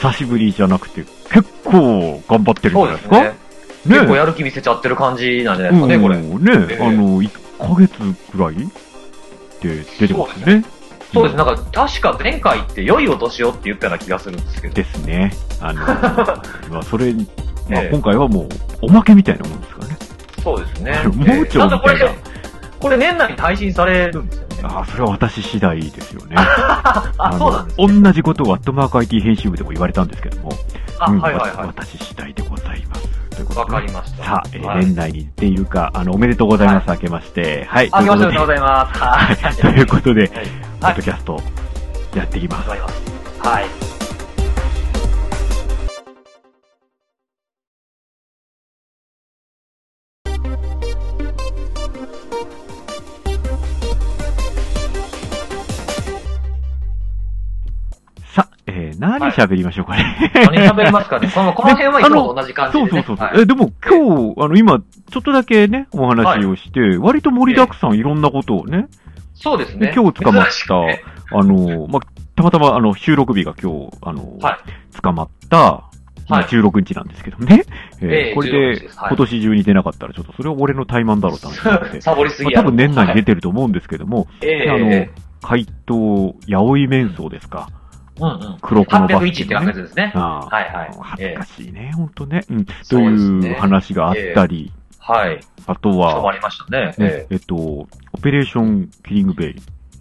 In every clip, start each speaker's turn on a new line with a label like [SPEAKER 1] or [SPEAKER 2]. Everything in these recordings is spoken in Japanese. [SPEAKER 1] 久しぶりじゃなくて、結構頑張ってるんじゃ
[SPEAKER 2] そう
[SPEAKER 1] ない
[SPEAKER 2] で
[SPEAKER 1] ですすか
[SPEAKER 2] ね。結構やる気見せちゃってる感じなんじゃないですかね、これ。
[SPEAKER 1] ね、
[SPEAKER 2] ええ
[SPEAKER 1] あの、1ヶ月くらいで出てますね。
[SPEAKER 2] そうです。なんか、確か前回って良いお年をって言ったような気がするんですけど。
[SPEAKER 1] ですね。あの、まあ、それに、まあ、
[SPEAKER 2] ええ
[SPEAKER 1] 今回はもう、おまけみたいなもんですからね。。
[SPEAKER 2] そうですね
[SPEAKER 1] 盲腸
[SPEAKER 2] なんか
[SPEAKER 1] み
[SPEAKER 2] こ
[SPEAKER 1] たい
[SPEAKER 2] れ
[SPEAKER 1] な、。
[SPEAKER 2] これ年内に配信されるんですよね。
[SPEAKER 1] ああ、それは私次第ですよね。
[SPEAKER 2] あ、そうなんです。
[SPEAKER 1] あの同じことをアットマーク IT 編集部でも言われたんですけども、
[SPEAKER 2] あ、
[SPEAKER 1] うん
[SPEAKER 2] はいはいは
[SPEAKER 1] 私次第でございます。というこ
[SPEAKER 2] い。
[SPEAKER 1] と
[SPEAKER 2] わ
[SPEAKER 1] で
[SPEAKER 2] かりました。
[SPEAKER 1] さあ、えー
[SPEAKER 2] はい
[SPEAKER 1] 年内に出るか、あの、おめでとうございます。明けまして。はい。
[SPEAKER 2] あ、明けましてお
[SPEAKER 1] と
[SPEAKER 2] めでとうございます。はい。
[SPEAKER 1] うことでと いうことで、ポ
[SPEAKER 2] はい
[SPEAKER 1] ッドキャスト、やっていきます
[SPEAKER 2] 頑。張ります。はい。
[SPEAKER 1] さあ、えー、何喋りましょうかね。
[SPEAKER 2] 何喋りますかね。この、この辺はいつもと同じ感じ
[SPEAKER 1] そ
[SPEAKER 2] で、
[SPEAKER 1] う
[SPEAKER 2] ね。
[SPEAKER 1] そうそうそう。
[SPEAKER 2] はい
[SPEAKER 1] え、でも今日、あの、今、ちょっとだけね、お話をして、割と盛りだくさんいろんなことをね、
[SPEAKER 2] そうです
[SPEAKER 1] で
[SPEAKER 2] ね。
[SPEAKER 1] 今 日捕まっ
[SPEAKER 2] 珍しく
[SPEAKER 1] た、
[SPEAKER 2] ね
[SPEAKER 1] あの、まあ、たまたま、あの、収録日が今日、あの、
[SPEAKER 2] は
[SPEAKER 1] 捕まった、まあ
[SPEAKER 2] はい
[SPEAKER 1] 16日なんですけどね。えー
[SPEAKER 2] ええ
[SPEAKER 1] こ
[SPEAKER 2] 16
[SPEAKER 1] れ
[SPEAKER 2] 日
[SPEAKER 1] で
[SPEAKER 2] で、すはい。
[SPEAKER 1] 今年中に出なかったら、ちょっとそれは俺の怠慢だろうって話になって
[SPEAKER 2] サボりす
[SPEAKER 1] ま
[SPEAKER 2] ぎ
[SPEAKER 1] あ、
[SPEAKER 2] や
[SPEAKER 1] 多分
[SPEAKER 2] ろ。
[SPEAKER 1] 年内に出
[SPEAKER 2] て
[SPEAKER 1] てると思うんですけども、
[SPEAKER 2] え
[SPEAKER 1] あの
[SPEAKER 2] え
[SPEAKER 1] 怪盗、八百井面相ですか。
[SPEAKER 2] えうんうん。
[SPEAKER 1] 黒子のバスケ、ね。
[SPEAKER 2] 801ってやつですね。
[SPEAKER 1] ああ
[SPEAKER 2] はいはい。
[SPEAKER 1] 恥ず
[SPEAKER 2] ええ
[SPEAKER 1] かしいね、ほんとね。うん。と
[SPEAKER 2] そうです
[SPEAKER 1] いう
[SPEAKER 2] ね
[SPEAKER 1] 話があったり、
[SPEAKER 2] はい。
[SPEAKER 1] あと
[SPEAKER 2] 捕ま
[SPEAKER 1] は、
[SPEAKER 2] りましたね。え
[SPEAKER 1] ね
[SPEAKER 2] え
[SPEAKER 1] えっと、オペレーションキリングベイ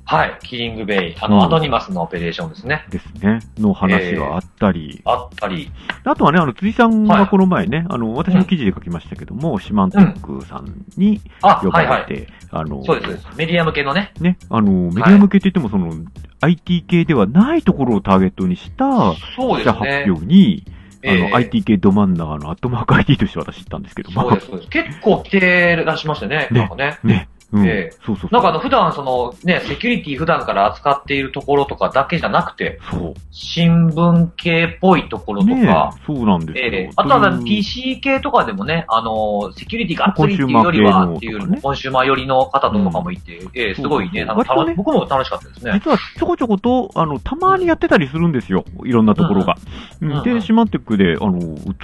[SPEAKER 2] はい。キリングベイ。あ
[SPEAKER 1] うん
[SPEAKER 2] の、アノニマスのオペレーションですね。
[SPEAKER 1] ですね、の話があったり、
[SPEAKER 2] あったり。
[SPEAKER 1] あとはね、あの、辻さん
[SPEAKER 2] は
[SPEAKER 1] が
[SPEAKER 2] い
[SPEAKER 1] この前ね、あの、私の記事で書きましたけども、シマンテックさんに
[SPEAKER 2] あ、
[SPEAKER 1] 呼
[SPEAKER 2] はいは
[SPEAKER 1] ばれ
[SPEAKER 2] い。
[SPEAKER 1] て、あの、
[SPEAKER 2] そうですそうです。メディア向けのね。
[SPEAKER 1] ね、あの、メディア向けって言っても、その、IT 系ではないところをターゲットにした、
[SPEAKER 2] そうで
[SPEAKER 1] 記者
[SPEAKER 2] す
[SPEAKER 1] 発
[SPEAKER 2] ね。
[SPEAKER 1] 表に、あ
[SPEAKER 2] え
[SPEAKER 1] の、
[SPEAKER 2] え
[SPEAKER 1] IT 系ど真ん中のアットマーク IT として私行ったんですけど、
[SPEAKER 2] そうです、そうです。結構来てらっしゃいましたね、
[SPEAKER 1] ね
[SPEAKER 2] なんかね。
[SPEAKER 1] ね。うん。
[SPEAKER 2] ええ
[SPEAKER 1] そうそうそう。
[SPEAKER 2] なんかあの、普段その、ね、セキュリティ普段から扱っているところとかだけじゃなくて、
[SPEAKER 1] そ
[SPEAKER 2] 新聞系っぽいところ
[SPEAKER 1] う。
[SPEAKER 2] と
[SPEAKER 1] ね
[SPEAKER 2] か、
[SPEAKER 1] えそうなんですよ。
[SPEAKER 2] ええあとはあの
[SPEAKER 1] という
[SPEAKER 2] PC 系とかでもね、あの、セキュリティが熱いっていうよりは、ってい
[SPEAKER 1] コンシューマー系のとかね
[SPEAKER 2] う、コンシューマー寄りの方とかもいて、ええすごいね、
[SPEAKER 1] そう
[SPEAKER 2] な
[SPEAKER 1] そうんそ
[SPEAKER 2] か
[SPEAKER 1] う割と
[SPEAKER 2] 楽
[SPEAKER 1] ね
[SPEAKER 2] 僕も楽しかったですね。
[SPEAKER 1] 実はちょこちょこと、あの、たまにやってたりするんですよ。いろんなところが。
[SPEAKER 2] ん
[SPEAKER 1] うん
[SPEAKER 2] う
[SPEAKER 1] で、
[SPEAKER 2] ん
[SPEAKER 1] シマンテックで、あの、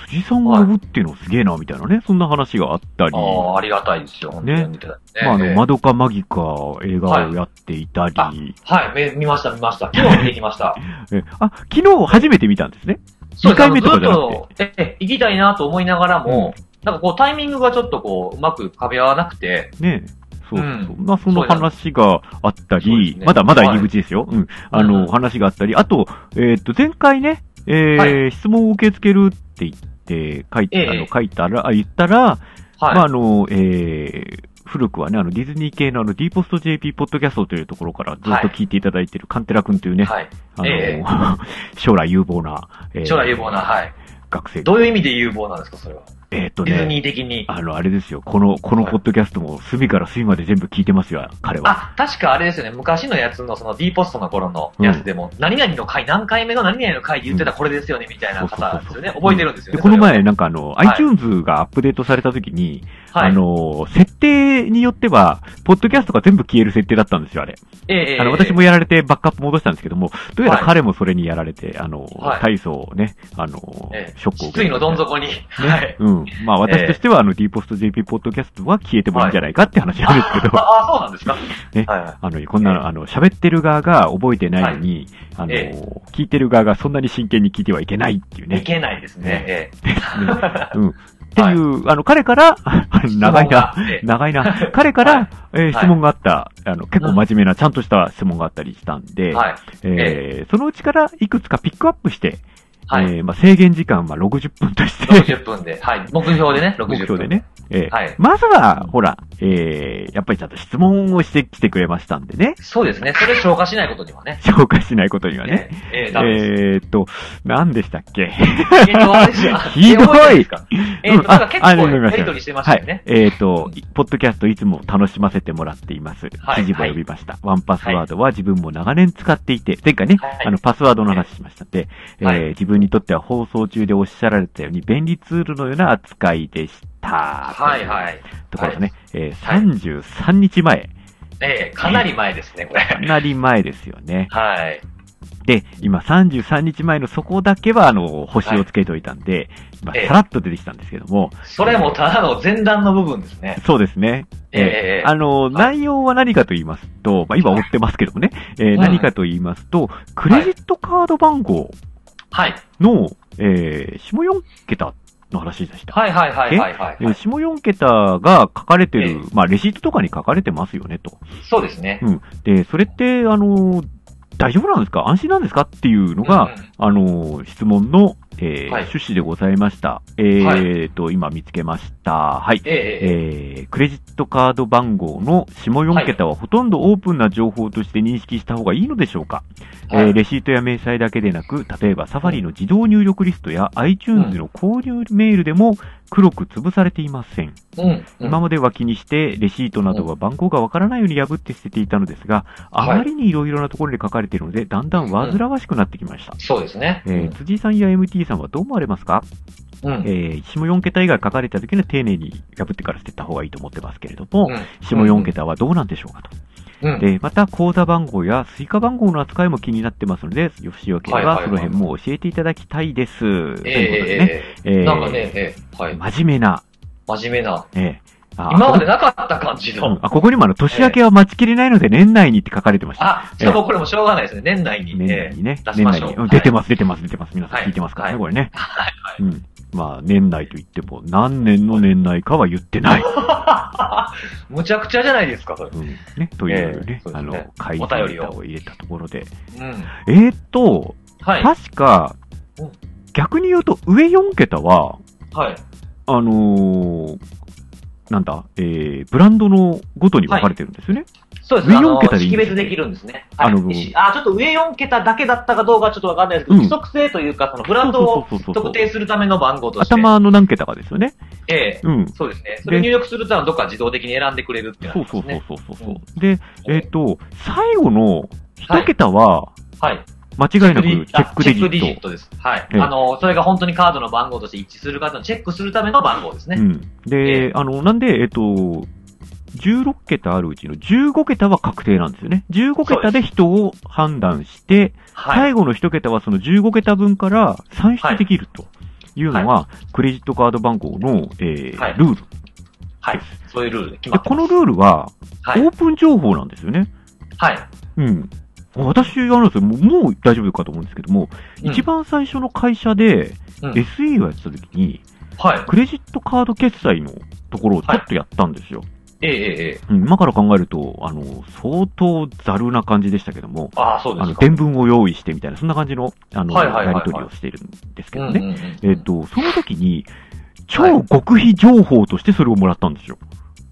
[SPEAKER 1] 辻さんが呼ぶっていうのすげえな、みたいなね。そんな話があったり。
[SPEAKER 2] ああ、ありがたいですよ、本当
[SPEAKER 1] ね
[SPEAKER 2] に見てたらね。
[SPEAKER 1] まあ、あの、
[SPEAKER 2] ええ
[SPEAKER 1] マドカマギカ映画をやっていたり。
[SPEAKER 2] はいはい、め見ました、見ました。昨日見てきました。
[SPEAKER 1] えあ、昨日初めて見たんですね。
[SPEAKER 2] そ う
[SPEAKER 1] 二
[SPEAKER 2] です
[SPEAKER 1] 回目とかじゃなく
[SPEAKER 2] て。ずっとええ、行きたいなと思いながらも、なんかこうタイミングがちょっとこう、うまく噛み合わなくて、
[SPEAKER 1] ねえ。そうそうそう
[SPEAKER 2] う
[SPEAKER 1] まあ、その話があった
[SPEAKER 2] そうで
[SPEAKER 1] り、
[SPEAKER 2] すね
[SPEAKER 1] まだまだ入り口ですよ。うん。あ
[SPEAKER 2] うん
[SPEAKER 1] の、
[SPEAKER 2] うん
[SPEAKER 1] 話があったり、あと、えっ、と、前回ね、えー
[SPEAKER 2] は
[SPEAKER 1] 質問を受け付けるって言って、書いて、
[SPEAKER 2] ええ
[SPEAKER 1] あの、書いたら、あ言ったら、
[SPEAKER 2] はい。
[SPEAKER 1] まあ、あの、えー古くはね、あの、ディズニー系のあの、ディーポスト JP ポッドキャストというところからずっと聞いていただいてるカンテラ君というね、
[SPEAKER 2] はい。
[SPEAKER 1] あの、
[SPEAKER 2] え
[SPEAKER 1] 将来有望な、えー
[SPEAKER 2] 将来有望な、はい。
[SPEAKER 1] 学生。
[SPEAKER 2] どういう意味で有望なんですか、それは。
[SPEAKER 1] えっ、と
[SPEAKER 2] ディズ
[SPEAKER 1] ね、
[SPEAKER 2] ニー的に。
[SPEAKER 1] あの、あれですよ、この、このポッドキャストも隅から隅まで全部聞いてますよ、彼は。
[SPEAKER 2] あ、確かあれですよね。昔のやつの、その D ポストの頃のやつでも、何々の回、何回目の何々の回で言ってたこれですよね、みたいな方ですよ
[SPEAKER 1] そ
[SPEAKER 2] ね。
[SPEAKER 1] うそうそうそう
[SPEAKER 2] 覚えてるんですよ
[SPEAKER 1] で、
[SPEAKER 2] ね。
[SPEAKER 1] この
[SPEAKER 2] それ
[SPEAKER 1] 前、なんかあの、
[SPEAKER 2] い
[SPEAKER 1] iTunes がアップデートされた時に、
[SPEAKER 2] は、はい。
[SPEAKER 1] あ、の、設定によっては、ポッドキャストが全部消える設定だったんですよ、あれ。
[SPEAKER 2] ええええ
[SPEAKER 1] あの、私もやられてバックアップ戻したんですけども、どうやら
[SPEAKER 2] はい
[SPEAKER 1] 彼もそれにやられて、あの、
[SPEAKER 2] はい
[SPEAKER 1] 体操をね、あの、
[SPEAKER 2] ええ
[SPEAKER 1] ショックを
[SPEAKER 2] 失意のどん
[SPEAKER 1] ね。
[SPEAKER 2] 底に。 はい。
[SPEAKER 1] うん。まあ私としては、あの、D ポスト JP ポッドキャストは消えてもいいんじゃないかって話なんです けど、
[SPEAKER 2] あ、あそうなんですか。
[SPEAKER 1] ね
[SPEAKER 2] はいはい。
[SPEAKER 1] あの、こんなの、あの、喋ってる側が覚えてないのに、あの、
[SPEAKER 2] え
[SPEAKER 1] 聞いてる側がそんなに真剣に聞いてはいけないっていうね。
[SPEAKER 2] いけないですね。ええ
[SPEAKER 1] うん。っていう、あの、彼から、 あの長いな、。
[SPEAKER 2] ええ
[SPEAKER 1] 長いな、彼から、
[SPEAKER 2] は
[SPEAKER 1] えー質問があった、あの、結構真面目な、ちゃんとした質問があったりしたんで、
[SPEAKER 2] はい。
[SPEAKER 1] えーそのうちからいくつかピックアップして、
[SPEAKER 2] はい。
[SPEAKER 1] えーまあ、制限時間は60分として、
[SPEAKER 2] 60分で。はい。目標でね、60分。
[SPEAKER 1] 目標で。ね、えー
[SPEAKER 2] はい
[SPEAKER 1] まずは、ほら、えーやっぱりちゃんと質問をしてきてくれましたんでね、
[SPEAKER 2] そうですね。それ消化しないことにはね。
[SPEAKER 1] 紹介しないことにはね。
[SPEAKER 2] ええ、ええ、ダメです。
[SPEAKER 1] えーっと、何でしたっけ
[SPEAKER 2] えっとあれですか
[SPEAKER 1] ひどい
[SPEAKER 2] え覚えてるんですかえっ
[SPEAKER 1] う
[SPEAKER 2] と、
[SPEAKER 1] ん
[SPEAKER 2] なんか結
[SPEAKER 1] あありまし
[SPEAKER 2] 構
[SPEAKER 1] たよ
[SPEAKER 2] やりとりしてまし
[SPEAKER 1] は
[SPEAKER 2] たよ
[SPEAKER 1] い
[SPEAKER 2] ね。。
[SPEAKER 1] えっ、と、ポッドキャストいつも楽しませてもらっています。
[SPEAKER 2] はい
[SPEAKER 1] 記事も呼びました。ワンパスワードは自分も長年使っていて、前回ね、
[SPEAKER 2] はい
[SPEAKER 1] あの、パスワードの話しましたんで、
[SPEAKER 2] は
[SPEAKER 1] え
[SPEAKER 2] い
[SPEAKER 1] ー自分にとっては放送中でおっしゃられたように便利ツールのような扱いでした。。
[SPEAKER 2] はいはいい。
[SPEAKER 1] ところでね、えー、33日前、
[SPEAKER 2] ええ、かなり前ですね、これ。
[SPEAKER 1] かなり前ですよね。
[SPEAKER 2] はい。
[SPEAKER 1] で、今33日前のそこだけは、あの、星をつけといたんで、まあ
[SPEAKER 2] ええ
[SPEAKER 1] さらっと出てきたんですけども、
[SPEAKER 2] それもただの前段の部分ですね。
[SPEAKER 1] そうですね。
[SPEAKER 2] ええええ
[SPEAKER 1] あの、内容は何かと言いますと、まあ、今追ってますけどもね、えー
[SPEAKER 2] うん
[SPEAKER 1] 何かと言いますと、クレジットカード番号
[SPEAKER 2] はい。
[SPEAKER 1] の、えー下4桁の話でした。
[SPEAKER 2] はいはいはいはいはい、
[SPEAKER 1] えー
[SPEAKER 2] はい。
[SPEAKER 1] 下4桁が書かれてる、
[SPEAKER 2] え
[SPEAKER 1] まあ、レシートとかに書かれてますよね、と。
[SPEAKER 2] そうですね。
[SPEAKER 1] で、それって、あの、大丈夫なんですか安心なんですかっていうのが、
[SPEAKER 2] うんうん
[SPEAKER 1] あの、質問の、えー
[SPEAKER 2] はい
[SPEAKER 1] 趣旨でございました。えー
[SPEAKER 2] は
[SPEAKER 1] と、今見つけました。はい。
[SPEAKER 2] ええええ
[SPEAKER 1] えークレジットカード番号の下4桁はほとんどオープンな情報として認識した方がいいのでしょうか、
[SPEAKER 2] は
[SPEAKER 1] えー
[SPEAKER 2] い
[SPEAKER 1] レシートや明細だけでなく、例えばサファリの自動入力リストや iTunes の購入メールでも黒く潰されていません。
[SPEAKER 2] うんうん
[SPEAKER 1] 今までは気にして、レシートなどは番号がわからないように破って捨てていたのですが、あ
[SPEAKER 2] はい
[SPEAKER 1] まりにいろいろなところで書かれているので、だんだん煩わしくなってきました。
[SPEAKER 2] そうですね。
[SPEAKER 1] えー辻井さんや MT さんはどう思われますか、
[SPEAKER 2] うんうん
[SPEAKER 1] えー下4桁以外書かれた時には丁寧に破ってから捨てた方がいいと思ってますけれども、
[SPEAKER 2] うん
[SPEAKER 1] 下4桁はどうなんでしょうかと。
[SPEAKER 2] うん
[SPEAKER 1] で、また、口座番号やスイカ番号の扱いも気になってますので、よろしよけれ
[SPEAKER 2] はいはい
[SPEAKER 1] ば
[SPEAKER 2] はい
[SPEAKER 1] その辺も教えていただきたいです。と
[SPEAKER 2] ええ
[SPEAKER 1] いうことでね、
[SPEAKER 2] え
[SPEAKER 1] え
[SPEAKER 2] え
[SPEAKER 1] ー
[SPEAKER 2] なんかね、ええはい。
[SPEAKER 1] 真面目な、
[SPEAKER 2] 真面目な。
[SPEAKER 1] えーあー
[SPEAKER 2] 今までなかった感じ
[SPEAKER 1] うん
[SPEAKER 2] の。
[SPEAKER 1] あ、ここにもあの、年明けは待ちきれないので年内にって書かれてました。
[SPEAKER 2] あ、しかもこれもしょうがないですね。年内に。
[SPEAKER 1] 年
[SPEAKER 2] え
[SPEAKER 1] 内にね。
[SPEAKER 2] 出
[SPEAKER 1] 年
[SPEAKER 2] しま
[SPEAKER 1] 内
[SPEAKER 2] しょう
[SPEAKER 1] に。うん
[SPEAKER 2] はい
[SPEAKER 1] 出てます、出てます、出てます。皆さん
[SPEAKER 2] はい
[SPEAKER 1] 聞いてますからね、
[SPEAKER 2] はい
[SPEAKER 1] これね。
[SPEAKER 2] えはいはい。
[SPEAKER 1] うん。まあ、年内と言っても、何年の年内かは言ってない。
[SPEAKER 2] むちゃくちゃじゃないですか、それ。
[SPEAKER 1] うん。ね。というね
[SPEAKER 2] ええそうで、すね
[SPEAKER 1] あの、回
[SPEAKER 2] お便りを
[SPEAKER 1] 答を入れたところで。
[SPEAKER 2] うん。
[SPEAKER 1] えーっと、
[SPEAKER 2] はい。
[SPEAKER 1] 確か
[SPEAKER 2] うん、
[SPEAKER 1] 逆に言うと、上4桁は、
[SPEAKER 2] はい。
[SPEAKER 1] あのー、なんだ、えー、ブランドのごとに分かれてるんですよね。
[SPEAKER 2] そうですね。あ
[SPEAKER 1] 上
[SPEAKER 2] の
[SPEAKER 1] 四桁でいいん
[SPEAKER 2] 識
[SPEAKER 1] ですね
[SPEAKER 2] 別できるんですね。は
[SPEAKER 1] あ
[SPEAKER 2] い
[SPEAKER 1] の
[SPEAKER 2] しあ、ちょっと上4桁だけだったかどうかちょっとわかんないですけど、
[SPEAKER 1] うん
[SPEAKER 2] 規則性というか、そのブランド
[SPEAKER 1] そう
[SPEAKER 2] を
[SPEAKER 1] そうそうそ
[SPEAKER 2] 特
[SPEAKER 1] う。
[SPEAKER 2] 定するための番号として。
[SPEAKER 1] 頭の何桁かですよね。
[SPEAKER 2] ええ
[SPEAKER 1] うん。
[SPEAKER 2] そうですね。それを入力すると、どっか自動的に選んでくれるっていう
[SPEAKER 1] そ
[SPEAKER 2] の
[SPEAKER 1] うそ
[SPEAKER 2] があり
[SPEAKER 1] う
[SPEAKER 2] ますね。
[SPEAKER 1] そうそうそう。
[SPEAKER 2] う
[SPEAKER 1] で、えっ、と、最後の一桁は、
[SPEAKER 2] はい。
[SPEAKER 1] 間違いなくチェックデジ
[SPEAKER 2] あチェックデジ
[SPEAKER 1] ッ
[SPEAKER 2] ッ
[SPEAKER 1] ト。
[SPEAKER 2] トです。はい。
[SPEAKER 1] ええ
[SPEAKER 2] あの、それが本当にカードの番号として一致するかというのをチェックするための番号です
[SPEAKER 1] う
[SPEAKER 2] ね。
[SPEAKER 1] ん。で、
[SPEAKER 2] え
[SPEAKER 1] あの、なんで、えっ、と、16桁あるうちの15桁は確定なんですよね。15桁で人を判断して、
[SPEAKER 2] はい。
[SPEAKER 1] 最後の1桁はその15桁分から算出できるというのは、クレジットカード番号の、えー
[SPEAKER 2] はい
[SPEAKER 1] ルール。
[SPEAKER 2] はい。そういうルールで決ま
[SPEAKER 1] で、
[SPEAKER 2] って
[SPEAKER 1] こ
[SPEAKER 2] ま
[SPEAKER 1] の
[SPEAKER 2] す。
[SPEAKER 1] ルールは、
[SPEAKER 2] はい
[SPEAKER 1] オープン情報なんですよね。
[SPEAKER 2] はい。
[SPEAKER 1] うん。私、あのですよもうもう大丈夫かと思うんですけども、
[SPEAKER 2] うん
[SPEAKER 1] 一番最初の会社で、
[SPEAKER 2] うん
[SPEAKER 1] SE をやってた時に、
[SPEAKER 2] はい。
[SPEAKER 1] クレジットカード決済のところをちょっとやったんですよ。
[SPEAKER 2] ええええ。
[SPEAKER 1] うん今から考えると、あの、相当ざるな感じでしたけども、
[SPEAKER 2] ああ、そうで
[SPEAKER 1] あ
[SPEAKER 2] す
[SPEAKER 1] の、
[SPEAKER 2] か。
[SPEAKER 1] 伝文を用意してみたいな、そんな感じの、あの、
[SPEAKER 2] はいはいはいはい
[SPEAKER 1] やり取りをしてるんですけど
[SPEAKER 2] うん
[SPEAKER 1] ね。
[SPEAKER 2] うんうん
[SPEAKER 1] えっ、と、その時に、超極秘情報としてそれをもらったんですよ。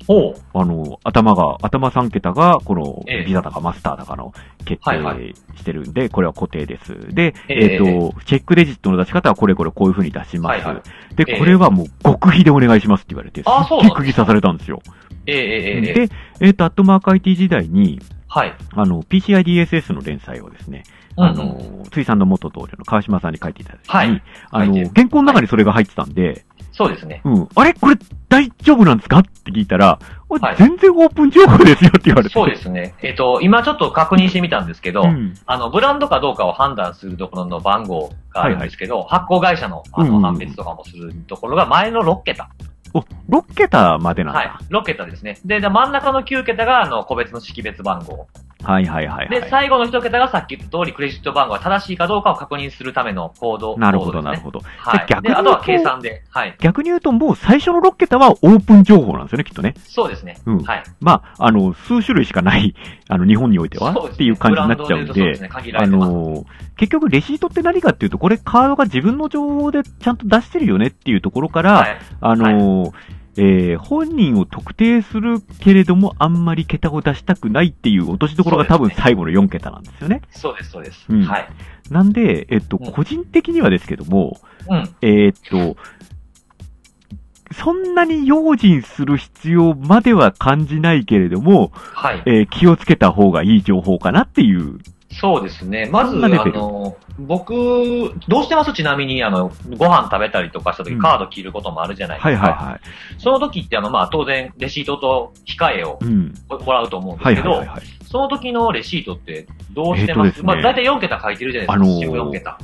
[SPEAKER 2] ほう。
[SPEAKER 1] あの、頭が、頭3桁が、この
[SPEAKER 2] ええ、
[SPEAKER 1] ビザだかマスターだかの決
[SPEAKER 2] はいは
[SPEAKER 1] 定してるんで、これは固定です。で、
[SPEAKER 2] え
[SPEAKER 1] えっ、
[SPEAKER 2] え
[SPEAKER 1] と、チェックデジットの出し方はこれこれこういう風に出します。
[SPEAKER 2] はいは
[SPEAKER 1] で、
[SPEAKER 2] ええ
[SPEAKER 1] これはもう極秘でお願いしますって言われて、す
[SPEAKER 2] あそう
[SPEAKER 1] っ
[SPEAKER 2] な
[SPEAKER 1] げ
[SPEAKER 2] んで
[SPEAKER 1] え
[SPEAKER 2] す
[SPEAKER 1] 釘
[SPEAKER 2] か
[SPEAKER 1] 刺されたんですよ。
[SPEAKER 2] ええええええ。
[SPEAKER 1] で、えっ、と、アットマーク IT 時代に、
[SPEAKER 2] はい。
[SPEAKER 1] あの、PCIDSS の連載をですね、あ
[SPEAKER 2] うんうん、
[SPEAKER 1] の、ついさんの元同僚の川島さんに書いていただいて、
[SPEAKER 2] はい
[SPEAKER 1] あの
[SPEAKER 2] 書いてる、
[SPEAKER 1] 原稿の中にそれが入ってたんで、
[SPEAKER 2] そうですね。
[SPEAKER 1] うん、あれこれ大丈夫なんですかって聞いたら、あ
[SPEAKER 2] はい
[SPEAKER 1] 全然オープン情報ですよって言われて。
[SPEAKER 2] そうですね。えっ、と、今ちょっと確認してみたんですけど、
[SPEAKER 1] うん。
[SPEAKER 2] あの、ブランドかどうかを判断するところの番号があるんですけど、発行会社のあ
[SPEAKER 1] うんう
[SPEAKER 2] の
[SPEAKER 1] ん
[SPEAKER 2] 判別とかもするところが前の6桁。
[SPEAKER 1] お、6桁までなん
[SPEAKER 2] はい
[SPEAKER 1] だ。。
[SPEAKER 2] 6桁ですね。で、で真ん中の9桁があの個別の識別番号。
[SPEAKER 1] はいはいはいはい。
[SPEAKER 2] で、最後の1桁がさっき言った通りクレジット番号が正しいかどうかを確認するための行動。
[SPEAKER 1] なるほどなる
[SPEAKER 2] ど。
[SPEAKER 1] ほど。
[SPEAKER 2] はい。
[SPEAKER 1] じゃあ逆に
[SPEAKER 2] で、
[SPEAKER 1] 言
[SPEAKER 2] あ
[SPEAKER 1] う
[SPEAKER 2] と
[SPEAKER 1] と
[SPEAKER 2] は計算で。はい。
[SPEAKER 1] 逆に言うともう最初の6桁はオープン情報なんですよね、きっとね。
[SPEAKER 2] そうですね。
[SPEAKER 1] うん
[SPEAKER 2] はい。
[SPEAKER 1] まあ、あの、数種類しかない、 あの、日本においては、
[SPEAKER 2] そですね
[SPEAKER 1] っていう感じになっちゃうん
[SPEAKER 2] ブランドで言うとそうで
[SPEAKER 1] で、
[SPEAKER 2] すね、限ら
[SPEAKER 1] あ
[SPEAKER 2] れてます。
[SPEAKER 1] のー結局レシートって何かっていうと、これカードが自分の情報でちゃんと出してるよねっていうところから、
[SPEAKER 2] はい。
[SPEAKER 1] あのーえー本人を特定するけれども、あんまり桁を出したくないっていう落としどころが多
[SPEAKER 2] そう
[SPEAKER 1] 分
[SPEAKER 2] ですね
[SPEAKER 1] 最後の4桁なんですよね。
[SPEAKER 2] そうです、そうです。
[SPEAKER 1] うん
[SPEAKER 2] はい。
[SPEAKER 1] なんで、えっと、
[SPEAKER 2] うん
[SPEAKER 1] 個人的にはですけども、
[SPEAKER 2] うん。
[SPEAKER 1] えーっと、そんなに用心する必要までは感じないけれども、
[SPEAKER 2] はい。
[SPEAKER 1] えー気をつけた方がいい情報かなっていう。
[SPEAKER 2] そうですね。ま
[SPEAKER 1] そ
[SPEAKER 2] ず、
[SPEAKER 1] ん
[SPEAKER 2] あ
[SPEAKER 1] なレベル
[SPEAKER 2] の、僕、どうしてますちなみに、あの、ご飯食べたりとかした
[SPEAKER 1] う
[SPEAKER 2] 時、
[SPEAKER 1] ん
[SPEAKER 2] カード切ることもあるじゃないですか。
[SPEAKER 1] はいはいは
[SPEAKER 2] その時って、あの、まあ、当然、レシートと控えを
[SPEAKER 1] い。うん。
[SPEAKER 2] もらうと思うんです
[SPEAKER 1] はい
[SPEAKER 2] け
[SPEAKER 1] はいは
[SPEAKER 2] ど
[SPEAKER 1] い、はい。
[SPEAKER 2] その時のレシートってどうしてます,、
[SPEAKER 1] えーとですね
[SPEAKER 2] まあ大体4桁書いてるじゃないですか、
[SPEAKER 1] あのー
[SPEAKER 2] 4桁。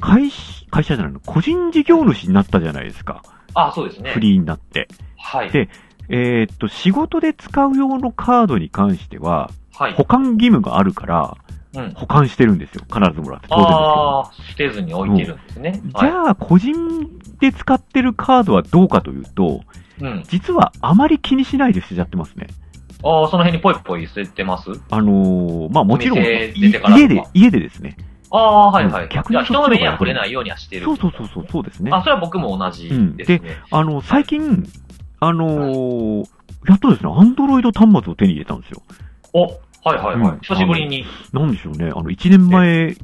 [SPEAKER 1] 会社、会社じゃないの、個人事業主になったじゃないですか。
[SPEAKER 2] あ、そうですね
[SPEAKER 1] フ。リーになって。
[SPEAKER 2] はい
[SPEAKER 1] で。えーっと、仕事で使う用のカードに関しては、
[SPEAKER 2] はい。
[SPEAKER 1] 保管義務があるから、
[SPEAKER 2] うん。
[SPEAKER 1] 保管してるんですよ。必ずもらって。当然ですけど。
[SPEAKER 2] ああ、捨てずに置いてるんですね。
[SPEAKER 1] じゃあ、個人で使ってるカードはどうかというと、
[SPEAKER 2] い、うん。
[SPEAKER 1] 実はあまり気にしないで捨てちゃってますね。
[SPEAKER 2] ああ、その辺にぽいぽい捨ててます
[SPEAKER 1] あのーまあもちろん、
[SPEAKER 2] お店出
[SPEAKER 1] い
[SPEAKER 2] てから
[SPEAKER 1] 家
[SPEAKER 2] と
[SPEAKER 1] で
[SPEAKER 2] か、
[SPEAKER 1] 家でですね。
[SPEAKER 2] ああ、はいはい。
[SPEAKER 1] 逆
[SPEAKER 2] じゃ
[SPEAKER 1] に
[SPEAKER 2] あ人の目には触れないようにはしてる。
[SPEAKER 1] そうそうそうそう、そうですね。
[SPEAKER 2] あ、それは僕も同じですね。
[SPEAKER 1] あの、最近、あのーやっとですね、アンドロイド端末を手に入れたんですよ。
[SPEAKER 2] お、はいはいはい。
[SPEAKER 1] うん
[SPEAKER 2] 久しぶりに。
[SPEAKER 1] なんでしょうね、あの、1年前、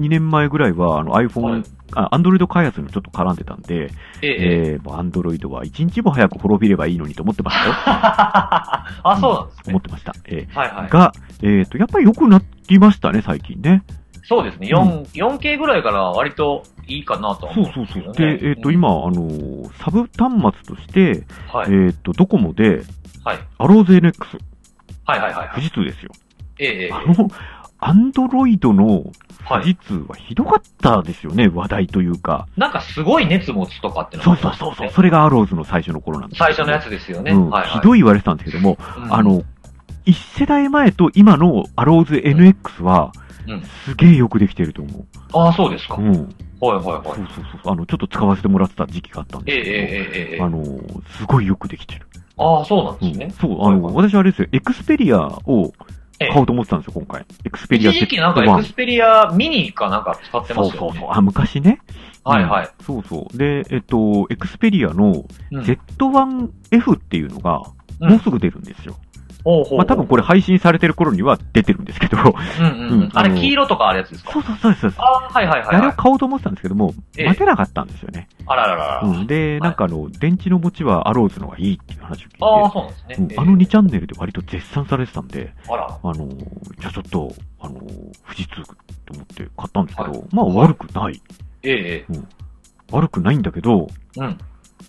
[SPEAKER 1] 2年前ぐらいは、あの iPhone、
[SPEAKER 2] はい
[SPEAKER 1] あ、アンドロイド開発にもちょっと絡んでたんで、
[SPEAKER 2] ええええ。
[SPEAKER 1] えー、アンドロイドは一日も早く滅びればいいのにと思ってましたよ。
[SPEAKER 2] あ、そうなんです
[SPEAKER 1] 思っ
[SPEAKER 2] ね。
[SPEAKER 1] てました。え
[SPEAKER 2] はい
[SPEAKER 1] ー
[SPEAKER 2] はい。
[SPEAKER 1] が、えっ、と、やっぱり良くなりましたね、最近ね。
[SPEAKER 2] そうですね。
[SPEAKER 1] う
[SPEAKER 2] 4、4K ぐらいから割といいかなとは
[SPEAKER 1] そう
[SPEAKER 2] 思
[SPEAKER 1] そうそう。
[SPEAKER 2] ですよね
[SPEAKER 1] で、えっ、と、、今、あのーサブ端末として、
[SPEAKER 2] うんはい。
[SPEAKER 1] えっ、と、ドコモで、
[SPEAKER 2] はい
[SPEAKER 1] アローゼ NX、
[SPEAKER 2] はいはいはいは
[SPEAKER 1] 富
[SPEAKER 2] い。
[SPEAKER 1] 士通ですよ。
[SPEAKER 2] ええええ。
[SPEAKER 1] あの、アンドロイドの
[SPEAKER 2] は
[SPEAKER 1] 富
[SPEAKER 2] い。
[SPEAKER 1] 士通はひどかったですよね、話題というか。
[SPEAKER 2] なんかすごい熱持つとかってのが
[SPEAKER 1] そう
[SPEAKER 2] あり
[SPEAKER 1] そ
[SPEAKER 2] ま
[SPEAKER 1] う
[SPEAKER 2] す
[SPEAKER 1] そう
[SPEAKER 2] よね
[SPEAKER 1] そう、それがアローズの最初の頃なんですけど
[SPEAKER 2] 最初のやつですよね。
[SPEAKER 1] うん
[SPEAKER 2] はいはい。
[SPEAKER 1] ひどい言われてたんですけども、
[SPEAKER 2] うん
[SPEAKER 1] あ、の、一世代前と今のアローズ NX は
[SPEAKER 2] うん、
[SPEAKER 1] すげえよくできてると思
[SPEAKER 2] ああ、そうですか。
[SPEAKER 1] う。
[SPEAKER 2] は
[SPEAKER 1] う
[SPEAKER 2] い
[SPEAKER 1] ん。
[SPEAKER 2] はいは
[SPEAKER 1] そ。
[SPEAKER 2] いう
[SPEAKER 1] そうそう。あの、ちょっと使わせてもらってた時期があったん
[SPEAKER 2] ええ
[SPEAKER 1] ですけ
[SPEAKER 2] ええええええ
[SPEAKER 1] ど、あ。の、すごいよくできてる。
[SPEAKER 2] ああ、そうなん
[SPEAKER 1] う
[SPEAKER 2] です
[SPEAKER 1] ん
[SPEAKER 2] ね。
[SPEAKER 1] そう、あの、
[SPEAKER 2] はい
[SPEAKER 1] 私あれですよ、エクスペリアを
[SPEAKER 2] ええ
[SPEAKER 1] 買おうと思ってたんですよ、今回。エクスペリア
[SPEAKER 2] 一
[SPEAKER 1] セ
[SPEAKER 2] 時期なん
[SPEAKER 1] ッ
[SPEAKER 2] か
[SPEAKER 1] トワ
[SPEAKER 2] エク
[SPEAKER 1] ン。
[SPEAKER 2] スペリアミニかなんか使ってま
[SPEAKER 1] そう
[SPEAKER 2] す
[SPEAKER 1] そ
[SPEAKER 2] よ
[SPEAKER 1] う
[SPEAKER 2] ね。
[SPEAKER 1] そう。あ、昔ね。
[SPEAKER 2] はいはい。
[SPEAKER 1] うん。そうそう。で、えっと、エクスペリアの
[SPEAKER 2] うん
[SPEAKER 1] Z1F っていうのが、
[SPEAKER 2] うん
[SPEAKER 1] もうすぐ出るんですよ。
[SPEAKER 2] ほうほう。
[SPEAKER 1] まあ、多分これ配信されてる頃には出てるんです けど。
[SPEAKER 2] うんうん
[SPEAKER 1] う
[SPEAKER 2] うんん。あれ黄色とかあるやつですか
[SPEAKER 1] そうそうそうです。
[SPEAKER 2] ああ、はいはいは い
[SPEAKER 1] あれ
[SPEAKER 2] は
[SPEAKER 1] を
[SPEAKER 2] い。
[SPEAKER 1] 買おうと思ってたんですけども、
[SPEAKER 2] ええ
[SPEAKER 1] 待てなかったんですよね。
[SPEAKER 2] あらららら。
[SPEAKER 1] うん、で、なんかあの、電池の持ちはアローズの方がいいっていう話を聞いて、
[SPEAKER 2] ああ、そうなんです
[SPEAKER 1] う
[SPEAKER 2] ね
[SPEAKER 1] ん。
[SPEAKER 2] ええ
[SPEAKER 1] あの2チャンネルで割と絶賛されてたんで、
[SPEAKER 2] あら。
[SPEAKER 1] あのーじゃあちょっと、あのー富士通と思って買ったんですけど、
[SPEAKER 2] は
[SPEAKER 1] まあ
[SPEAKER 2] はい
[SPEAKER 1] 悪くない。
[SPEAKER 2] えええ
[SPEAKER 1] 悪くないんだけど、
[SPEAKER 2] え。うん。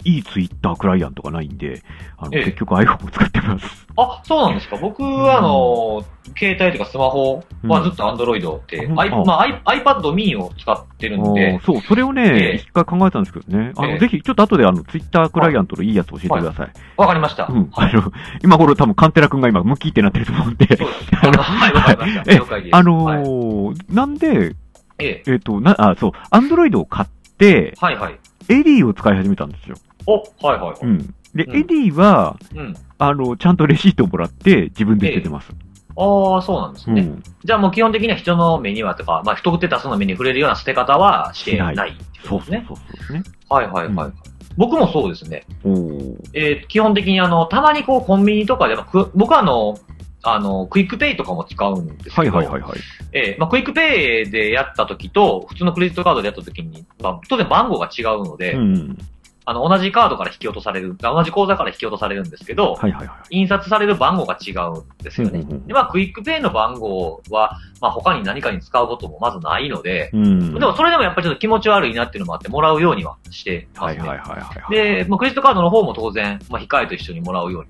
[SPEAKER 1] いいツイッタークライアントがないんで、あの、
[SPEAKER 2] ええ
[SPEAKER 1] 結局 iPhone を使ってます。
[SPEAKER 2] あ、そうなんですか。僕
[SPEAKER 1] ん
[SPEAKER 2] は、あの、携帯とかスマホはずっと Android で、
[SPEAKER 1] うん
[SPEAKER 2] アイ
[SPEAKER 1] あ
[SPEAKER 2] まあ、アイ iPad mini を使ってるん
[SPEAKER 1] あ
[SPEAKER 2] で
[SPEAKER 1] ー、そう、それを
[SPEAKER 2] え
[SPEAKER 1] ね、
[SPEAKER 2] え
[SPEAKER 1] 一回考えたんですけどね。あの、
[SPEAKER 2] ええ
[SPEAKER 1] ぜひ、ちょっと後であの、ツイッタークライアントのいいやつ教えてください。
[SPEAKER 2] わかりました。
[SPEAKER 1] うん。あの、 今頃多分、カンテラ君が今、ムキってなってると思うんで。
[SPEAKER 2] そうです。あのはい、わかりました。
[SPEAKER 1] え
[SPEAKER 2] 了解で す。
[SPEAKER 1] あの
[SPEAKER 2] はい
[SPEAKER 1] ーなんで、
[SPEAKER 2] ええ。
[SPEAKER 1] えっ、と、な、あ、そう、アンドロイドを買って、
[SPEAKER 2] はいはい。
[SPEAKER 1] エディを使い始めたんですよ。
[SPEAKER 2] お、はいは
[SPEAKER 1] うん。で、
[SPEAKER 2] うん
[SPEAKER 1] エディは、
[SPEAKER 2] い。うん。
[SPEAKER 1] あの、ちゃんとレシートをもらって、自分で捨ててます。
[SPEAKER 2] ああ、そうなんです
[SPEAKER 1] う
[SPEAKER 2] ね。
[SPEAKER 1] ん。
[SPEAKER 2] じゃあもう基本的には人の目にはとか、まあ、不特定多数の目に触れるような捨て方はしてない
[SPEAKER 1] しな
[SPEAKER 2] っていう
[SPEAKER 1] そ
[SPEAKER 2] こ
[SPEAKER 1] う
[SPEAKER 2] と
[SPEAKER 1] そう
[SPEAKER 2] ですね。
[SPEAKER 1] そうそうですね。
[SPEAKER 2] はいはいはい。
[SPEAKER 1] う
[SPEAKER 2] 僕もそうですね。
[SPEAKER 1] おー
[SPEAKER 2] えー基本的にあの、たまにこうコンビニとかでも、く僕はあの、あの、クイックペイとかも使うんです
[SPEAKER 1] は
[SPEAKER 2] け
[SPEAKER 1] い
[SPEAKER 2] ど、
[SPEAKER 1] はいはいはい。
[SPEAKER 2] えーまあ、クイックペイでやった時と、普通のクレジットカードでやった時に、まあ、当然番号が違うので、
[SPEAKER 1] うん。
[SPEAKER 2] あの、同じカードから引き落とされる、あ同じ口座から引き落とされるんですけど、
[SPEAKER 1] はいはいは
[SPEAKER 2] 印刷される番号が違うんです
[SPEAKER 1] い。
[SPEAKER 2] よね。
[SPEAKER 1] うんうん
[SPEAKER 2] で、まあ、クイックペイの番号は、まあ、他に何かに使うこともまずないので、
[SPEAKER 1] うん。
[SPEAKER 2] でも、それでもやっぱりちょっと気持ち悪いなっていうのもあって、もらうようにはしてま
[SPEAKER 1] は
[SPEAKER 2] す
[SPEAKER 1] い
[SPEAKER 2] ね。
[SPEAKER 1] はいはいはい。
[SPEAKER 2] で、まあ、クレジットカードの方も当然、まあ、控えと一緒にもらうように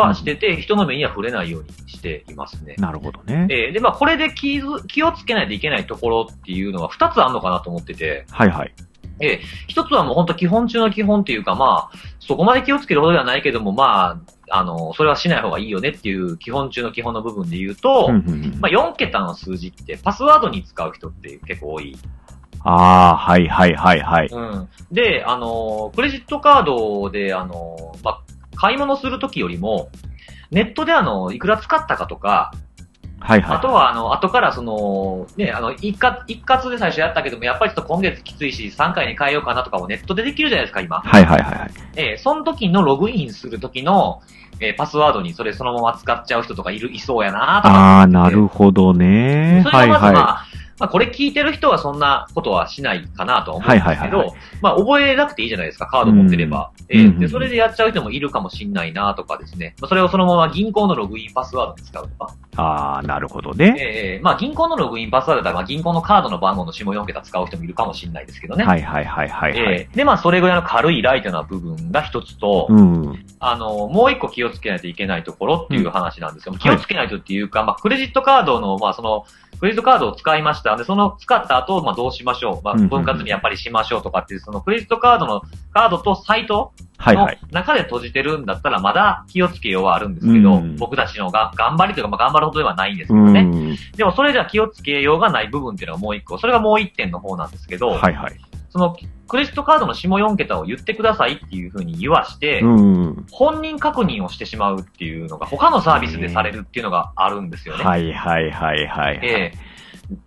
[SPEAKER 2] はしてて、人の目には触れないようにしていますね。
[SPEAKER 1] なるほどね。
[SPEAKER 2] えーで、まあ、これで気づ気をつけないといけないところっていうのは2つあるのかなと思ってて、
[SPEAKER 1] はいはい。
[SPEAKER 2] 1つはもう本当基本中の基本っていうか、まあ、そこまで気をつけるほどではないけども、まあ、あの、それはしない方がいいよねっていう基本中の基本の部分で言うと、
[SPEAKER 1] うんうんうん
[SPEAKER 2] まあ、4桁の数字って、パスワードに使う人って結構多い。
[SPEAKER 1] ああ、はいはいはいはい。
[SPEAKER 2] うん。で、あのー、クレジットカードで、あのー、まあ、買い物するときよりも、ネットであの、いくら使ったかとか、
[SPEAKER 1] はいはい。
[SPEAKER 2] あとはあの、後からその、ね、あの、一括、一括で最初やったけども、やっぱりちょっと今月きついし、3回に変えようかなとかもネットでできるじゃないですか、今。
[SPEAKER 1] はいはいはいはい。
[SPEAKER 2] えーその時のログインする時の、えーパスワードにそれそのまま使っちゃう人とかいる、いそうやなとか。
[SPEAKER 1] ああ、なるほどね。
[SPEAKER 2] それ
[SPEAKER 1] は
[SPEAKER 2] が
[SPEAKER 1] い
[SPEAKER 2] まずまあ、
[SPEAKER 1] は
[SPEAKER 2] まあこれ聞いてる人はそんなことはしないかなとは思うん
[SPEAKER 1] はい
[SPEAKER 2] で
[SPEAKER 1] はい
[SPEAKER 2] す
[SPEAKER 1] は
[SPEAKER 2] け
[SPEAKER 1] いはい
[SPEAKER 2] ど、まあ覚えなくていいじゃないですか、カード持ってれば。
[SPEAKER 1] うん
[SPEAKER 2] え
[SPEAKER 1] うんうん
[SPEAKER 2] ーで、それでやっちゃう人もいるかもしんないなとかですね。まあそれをそのまま銀行のログインパスワードに使うとか。
[SPEAKER 1] い。ああ、なるほどね。
[SPEAKER 2] ええまあ銀行のログインパスワードだから、まあ銀行のカードの番号の下4桁使う人もいるかもしれないですけどね。
[SPEAKER 1] はいはいはいはいはい。
[SPEAKER 2] ええで、まあそれぐらいの軽いライトな部分が一つと、
[SPEAKER 1] うん。
[SPEAKER 2] あの、もう一個気をつけないといけないところっていう話なんですよ。気をつけないとっていうか、まあクレジットカードの、まあその、クレジットカードを使いました。で、その使った後、まあどうしましょう。まあ
[SPEAKER 1] うんうん
[SPEAKER 2] 分割にやっぱりしましょうとかっていう、そのクレジットカードの、カードとサイト
[SPEAKER 1] はい
[SPEAKER 2] の
[SPEAKER 1] はい。
[SPEAKER 2] 中で閉じてるんだったら、まだ気をつけようはあるんですけど、
[SPEAKER 1] うん
[SPEAKER 2] 僕たちのが頑張りというか、まあ頑張るほどではないんですけ
[SPEAKER 1] う
[SPEAKER 2] どね。
[SPEAKER 1] ん。
[SPEAKER 2] でもそれじゃ気をつけようがない部分っていうのがもう一個。それがもう一点の方なんですけど、
[SPEAKER 1] はいはい。
[SPEAKER 2] そのクレジットカードの下4桁を言ってくださいっていうふうに言わして、
[SPEAKER 1] うん。
[SPEAKER 2] 本人確認をしてしまうっていうのが他のサービスでされるっていうのがあるんですよね。
[SPEAKER 1] はいはいはいはい。
[SPEAKER 2] ええ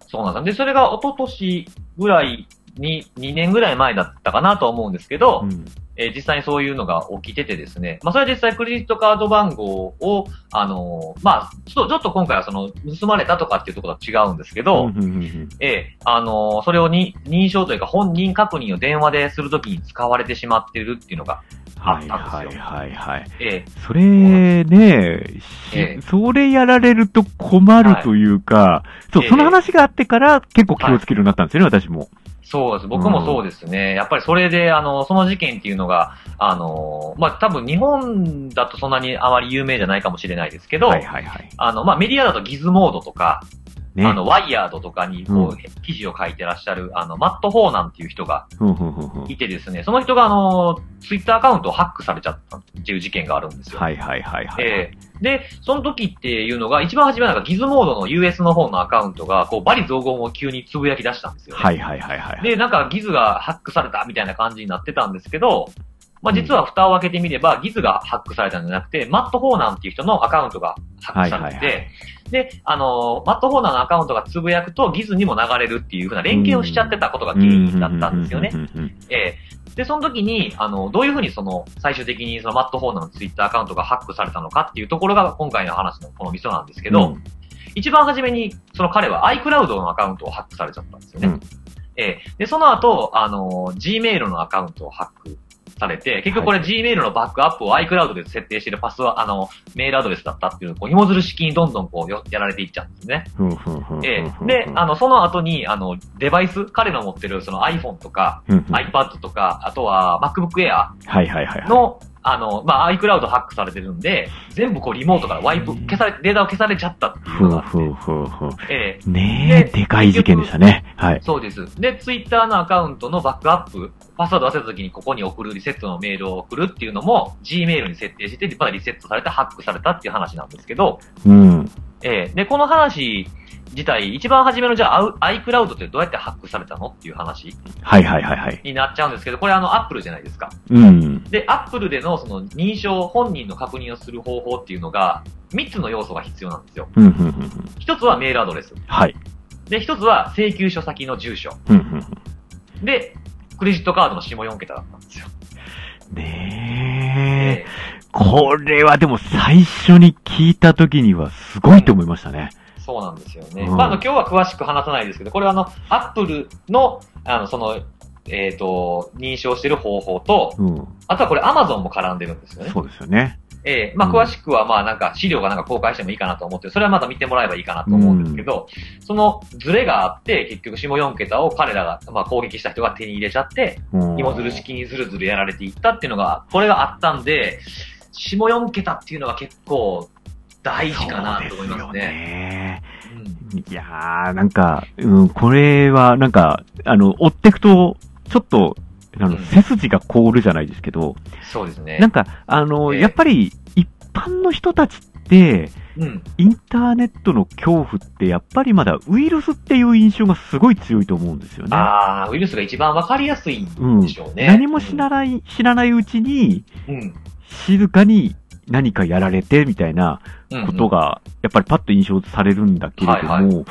[SPEAKER 2] そうなんです。で、それが一昨年ぐらいに、2年ぐらい前だったかなと思うんですけど、
[SPEAKER 1] うん
[SPEAKER 2] えー実際にそういうのが起きててですね、まあ、それは実際クレジットカード番号を、あのーまあ、ちょっと、ちょっと今回はその、盗まれたとかっていうところとは違うんですけど、
[SPEAKER 1] うんうんうん
[SPEAKER 2] ええあのーそれをに認証というか本人確認を電話でするときに使われてしまってるっていうのが、
[SPEAKER 1] はいはいはいはい。
[SPEAKER 2] ええ
[SPEAKER 1] それね、し
[SPEAKER 2] ええ
[SPEAKER 1] それやられると困るというか、そう、
[SPEAKER 2] ええ
[SPEAKER 1] その話があってから結構気をつけるようになったんですよね、私も。
[SPEAKER 2] そうです。僕もそうですね。やっぱりそれで、あの、その事件っていうのが、あのーまあ、多分日本だとそんなにあまり有名じゃないかもしれないですけど、
[SPEAKER 1] はいはいはい。
[SPEAKER 2] あの、まあ、メディアだとギズモードとか、
[SPEAKER 1] ね。
[SPEAKER 2] あの、ワイヤードとかに、
[SPEAKER 1] う
[SPEAKER 2] こう、記事を書いてらっしゃる、あの、マット・ホーナンっていう人が
[SPEAKER 1] うんうんうんうん
[SPEAKER 2] いてですね、その人が、あの、ツイッターアカウントをハックされちゃったっていう事件があるんですよ。
[SPEAKER 1] はいはいはいはい。
[SPEAKER 2] ええで、その時っていうのが、一番初めなんかギズモードの US の方のアカウントが、こう、バリ雑言を急につぶやき出したんですよね、
[SPEAKER 1] はいはいはいはい。
[SPEAKER 2] で、なんかギズがハックされたみたいな感じになってたんですけど、まあ実は蓋を開けてみれば、ギズがハックされたんじゃなくて、マット・ホーナンっていう人のアカウントがハックされてて、
[SPEAKER 1] はいはい
[SPEAKER 2] で、あのーマット・ホーナンのアカウントがつぶやくと、ギズにも流れるっていうふうな連携をしちゃってたことが原因だったんですよね
[SPEAKER 1] う。んうんうんうん
[SPEAKER 2] ええで、その時に、あの、どういうふうにその、最終的にそのマット・ホーナンのツイッターアカウントがハックされたのかっていうところが今回の話のこのミソなんですけど、
[SPEAKER 1] うん
[SPEAKER 2] 一番初めに、その彼は iCloud のアカウントをハックされちゃったんですよね。
[SPEAKER 1] うん
[SPEAKER 2] ええで、その後、あのー、Gmail のアカウントをハックされて、結局これ Gmail のバックアップを iCloud で設定しているパスは、あの、メールアドレスだったっていうのを、こう、紐づる式にどんどんこう、よやられていっちゃうんですね。
[SPEAKER 1] ふんふんふんふんふん
[SPEAKER 2] ええで、あの、その後に、あの、デバイス、彼の持ってるその iPhone とか、
[SPEAKER 1] うんうん
[SPEAKER 2] iPad とか、あとは MacBook Air
[SPEAKER 1] はいはいはい。、
[SPEAKER 2] の、あの、まあ、iCloud ハックされてるんで、全部こうリモートからワイプ、消され、データを消されちゃったっていう
[SPEAKER 1] ふ
[SPEAKER 2] の
[SPEAKER 1] ん
[SPEAKER 2] があ
[SPEAKER 1] ふんふんふん。
[SPEAKER 2] って、ええ
[SPEAKER 1] ねえ、でかい事件でしたね。はい。
[SPEAKER 2] そうです。で、Twitter のアカウントのバックアップ、パスワード忘れた時にここに送るリセットのメールを送るっていうのも Gmail に設定してて、まだリセットされてハックされたっていう話なんですけど、
[SPEAKER 1] うん。
[SPEAKER 2] ええで、この話自体、一番初めのじゃあ iCloud ってどうやってハックされたのっていう話
[SPEAKER 1] はいはいはいはい。
[SPEAKER 2] になっちゃうんですけど、これあの Apple じゃないですか。
[SPEAKER 1] うん。
[SPEAKER 2] で、Apple でのその認証、本人の確認をする方法っていうのが、3つの要素が必要なんですよ。
[SPEAKER 1] うん、うん、うんうん。
[SPEAKER 2] 1つはメールアドレス。
[SPEAKER 1] はい。
[SPEAKER 2] で、1つは請求書先の住所。
[SPEAKER 1] うん、うん。
[SPEAKER 2] で、クレジットカードの下4桁だったんですよ。
[SPEAKER 1] ねえ。これはでも最初に聞いた時にはすごいと思いましたね。
[SPEAKER 2] そうなんですよね。
[SPEAKER 1] うん
[SPEAKER 2] まあ、あの、今日は詳しく話さないですけど、これはあの、Apple の、あの、その、えっ、と、認証してる方法と、
[SPEAKER 1] うん。
[SPEAKER 2] あとはこれ Amazon も絡んでるんですよね。
[SPEAKER 1] そうですよね。
[SPEAKER 2] ええまあ、
[SPEAKER 1] うん
[SPEAKER 2] 詳しくは、まあ、なんか、資料がなんか公開してもいいかなと思って、それはまた見てもらえばいいかなと思うんですけど、そのズレがあって、結局下4桁を彼らが、まあ、攻撃した人が手に入れちゃって、
[SPEAKER 1] うん。
[SPEAKER 2] 紐づる式にずるずるやられていったっていうのが、これがあったんで、下4桁っていうのが結構大事かなと思いますね。
[SPEAKER 1] ね。
[SPEAKER 2] うん
[SPEAKER 1] いやー、なんか、うん、これは、なんか、あの、追ってくと、ちょっと、あの、
[SPEAKER 2] うん
[SPEAKER 1] 背筋が凍るじゃないですけど、
[SPEAKER 2] そうですね。
[SPEAKER 1] なんか、あの、
[SPEAKER 2] ええ
[SPEAKER 1] やっぱり、一般の人たちって、
[SPEAKER 2] うん。
[SPEAKER 1] インターネットの恐怖って、やっぱりまだウイルスっていう印象がすごい強いと思うんですよね。
[SPEAKER 2] ああ、ウイルスが一番わかりやすい
[SPEAKER 1] うん
[SPEAKER 2] んでしょうね。
[SPEAKER 1] 何も知らない、知らないうちに、
[SPEAKER 2] うん。うん。
[SPEAKER 1] 静かに何かやられてみたいな
[SPEAKER 2] うん
[SPEAKER 1] こと。が、やっぱりパッと印象されるんだけれども、
[SPEAKER 2] はいはう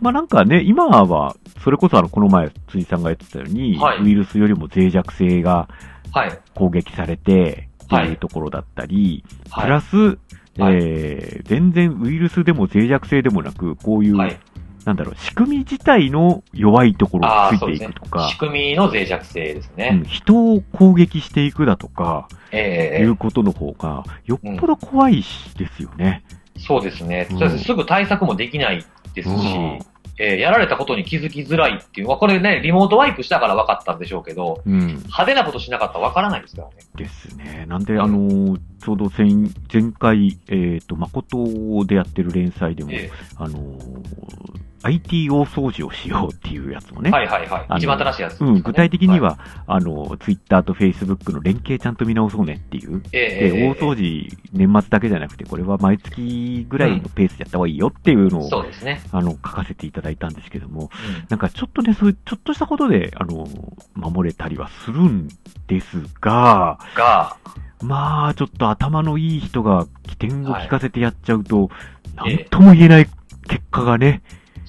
[SPEAKER 1] まあなんかね、今は、それこそあの、この前、辻さんが言ってたように、
[SPEAKER 2] はい
[SPEAKER 1] ウイルスよりも脆弱性が
[SPEAKER 2] ん。はい。
[SPEAKER 1] 攻撃されて、って
[SPEAKER 2] はい
[SPEAKER 1] いうところだったり、
[SPEAKER 2] は
[SPEAKER 1] プ
[SPEAKER 2] い。
[SPEAKER 1] ラス、えー、全然ウイルスでも脆弱性でもなく、こういう、
[SPEAKER 2] はい。
[SPEAKER 1] なんだろう、仕組み自体の弱いところを
[SPEAKER 2] あ
[SPEAKER 1] つ
[SPEAKER 2] あ、
[SPEAKER 1] い
[SPEAKER 2] そう
[SPEAKER 1] て
[SPEAKER 2] で
[SPEAKER 1] い
[SPEAKER 2] すね
[SPEAKER 1] くとか、。
[SPEAKER 2] 仕組みの脆弱性です
[SPEAKER 1] う
[SPEAKER 2] ね
[SPEAKER 1] ん。人を攻撃していくだとか、
[SPEAKER 2] え
[SPEAKER 1] い
[SPEAKER 2] え
[SPEAKER 1] うことの方が、よっぽど怖いしですよね。
[SPEAKER 2] そうですね。
[SPEAKER 1] うん
[SPEAKER 2] そうですすぐ対策もできないですし、
[SPEAKER 1] うん
[SPEAKER 2] えーやられたことに気づきづらいっていうのは、これね、リモートワイプしたから分かったんでしょうけど、
[SPEAKER 1] うん。
[SPEAKER 2] 派手なことしなかったら分からないですからね。
[SPEAKER 1] ですね。なんで、あのーちょうど前前回、えっ、と、誠でやってる連載でも、
[SPEAKER 2] え
[SPEAKER 1] あのー IT 大掃除をしようっていうやつもね。
[SPEAKER 2] えはいはいは
[SPEAKER 1] あの
[SPEAKER 2] い。一番新しいやつですかね、
[SPEAKER 1] うん、具体的に
[SPEAKER 2] はい、
[SPEAKER 1] は、あの、ツイッターとフェイスブックの連携ちゃんと見直そうねっていう。
[SPEAKER 2] え
[SPEAKER 1] で、
[SPEAKER 2] えええ
[SPEAKER 1] 大掃除、年末だけじゃなくて、これは毎月ぐらいのペースでやった方がいいよっていうのを、
[SPEAKER 2] そうですね。
[SPEAKER 1] あの、書かせていただいたんですけども、
[SPEAKER 2] うん
[SPEAKER 1] なんかちょっとね、そういう、ちょっとしたことで、あの、守れたりはするんですが、
[SPEAKER 2] が、
[SPEAKER 1] まあ、ちょっと頭のいい人が起点を聞かせてやっちゃうと、
[SPEAKER 2] い
[SPEAKER 1] なんとも言えない結果がね、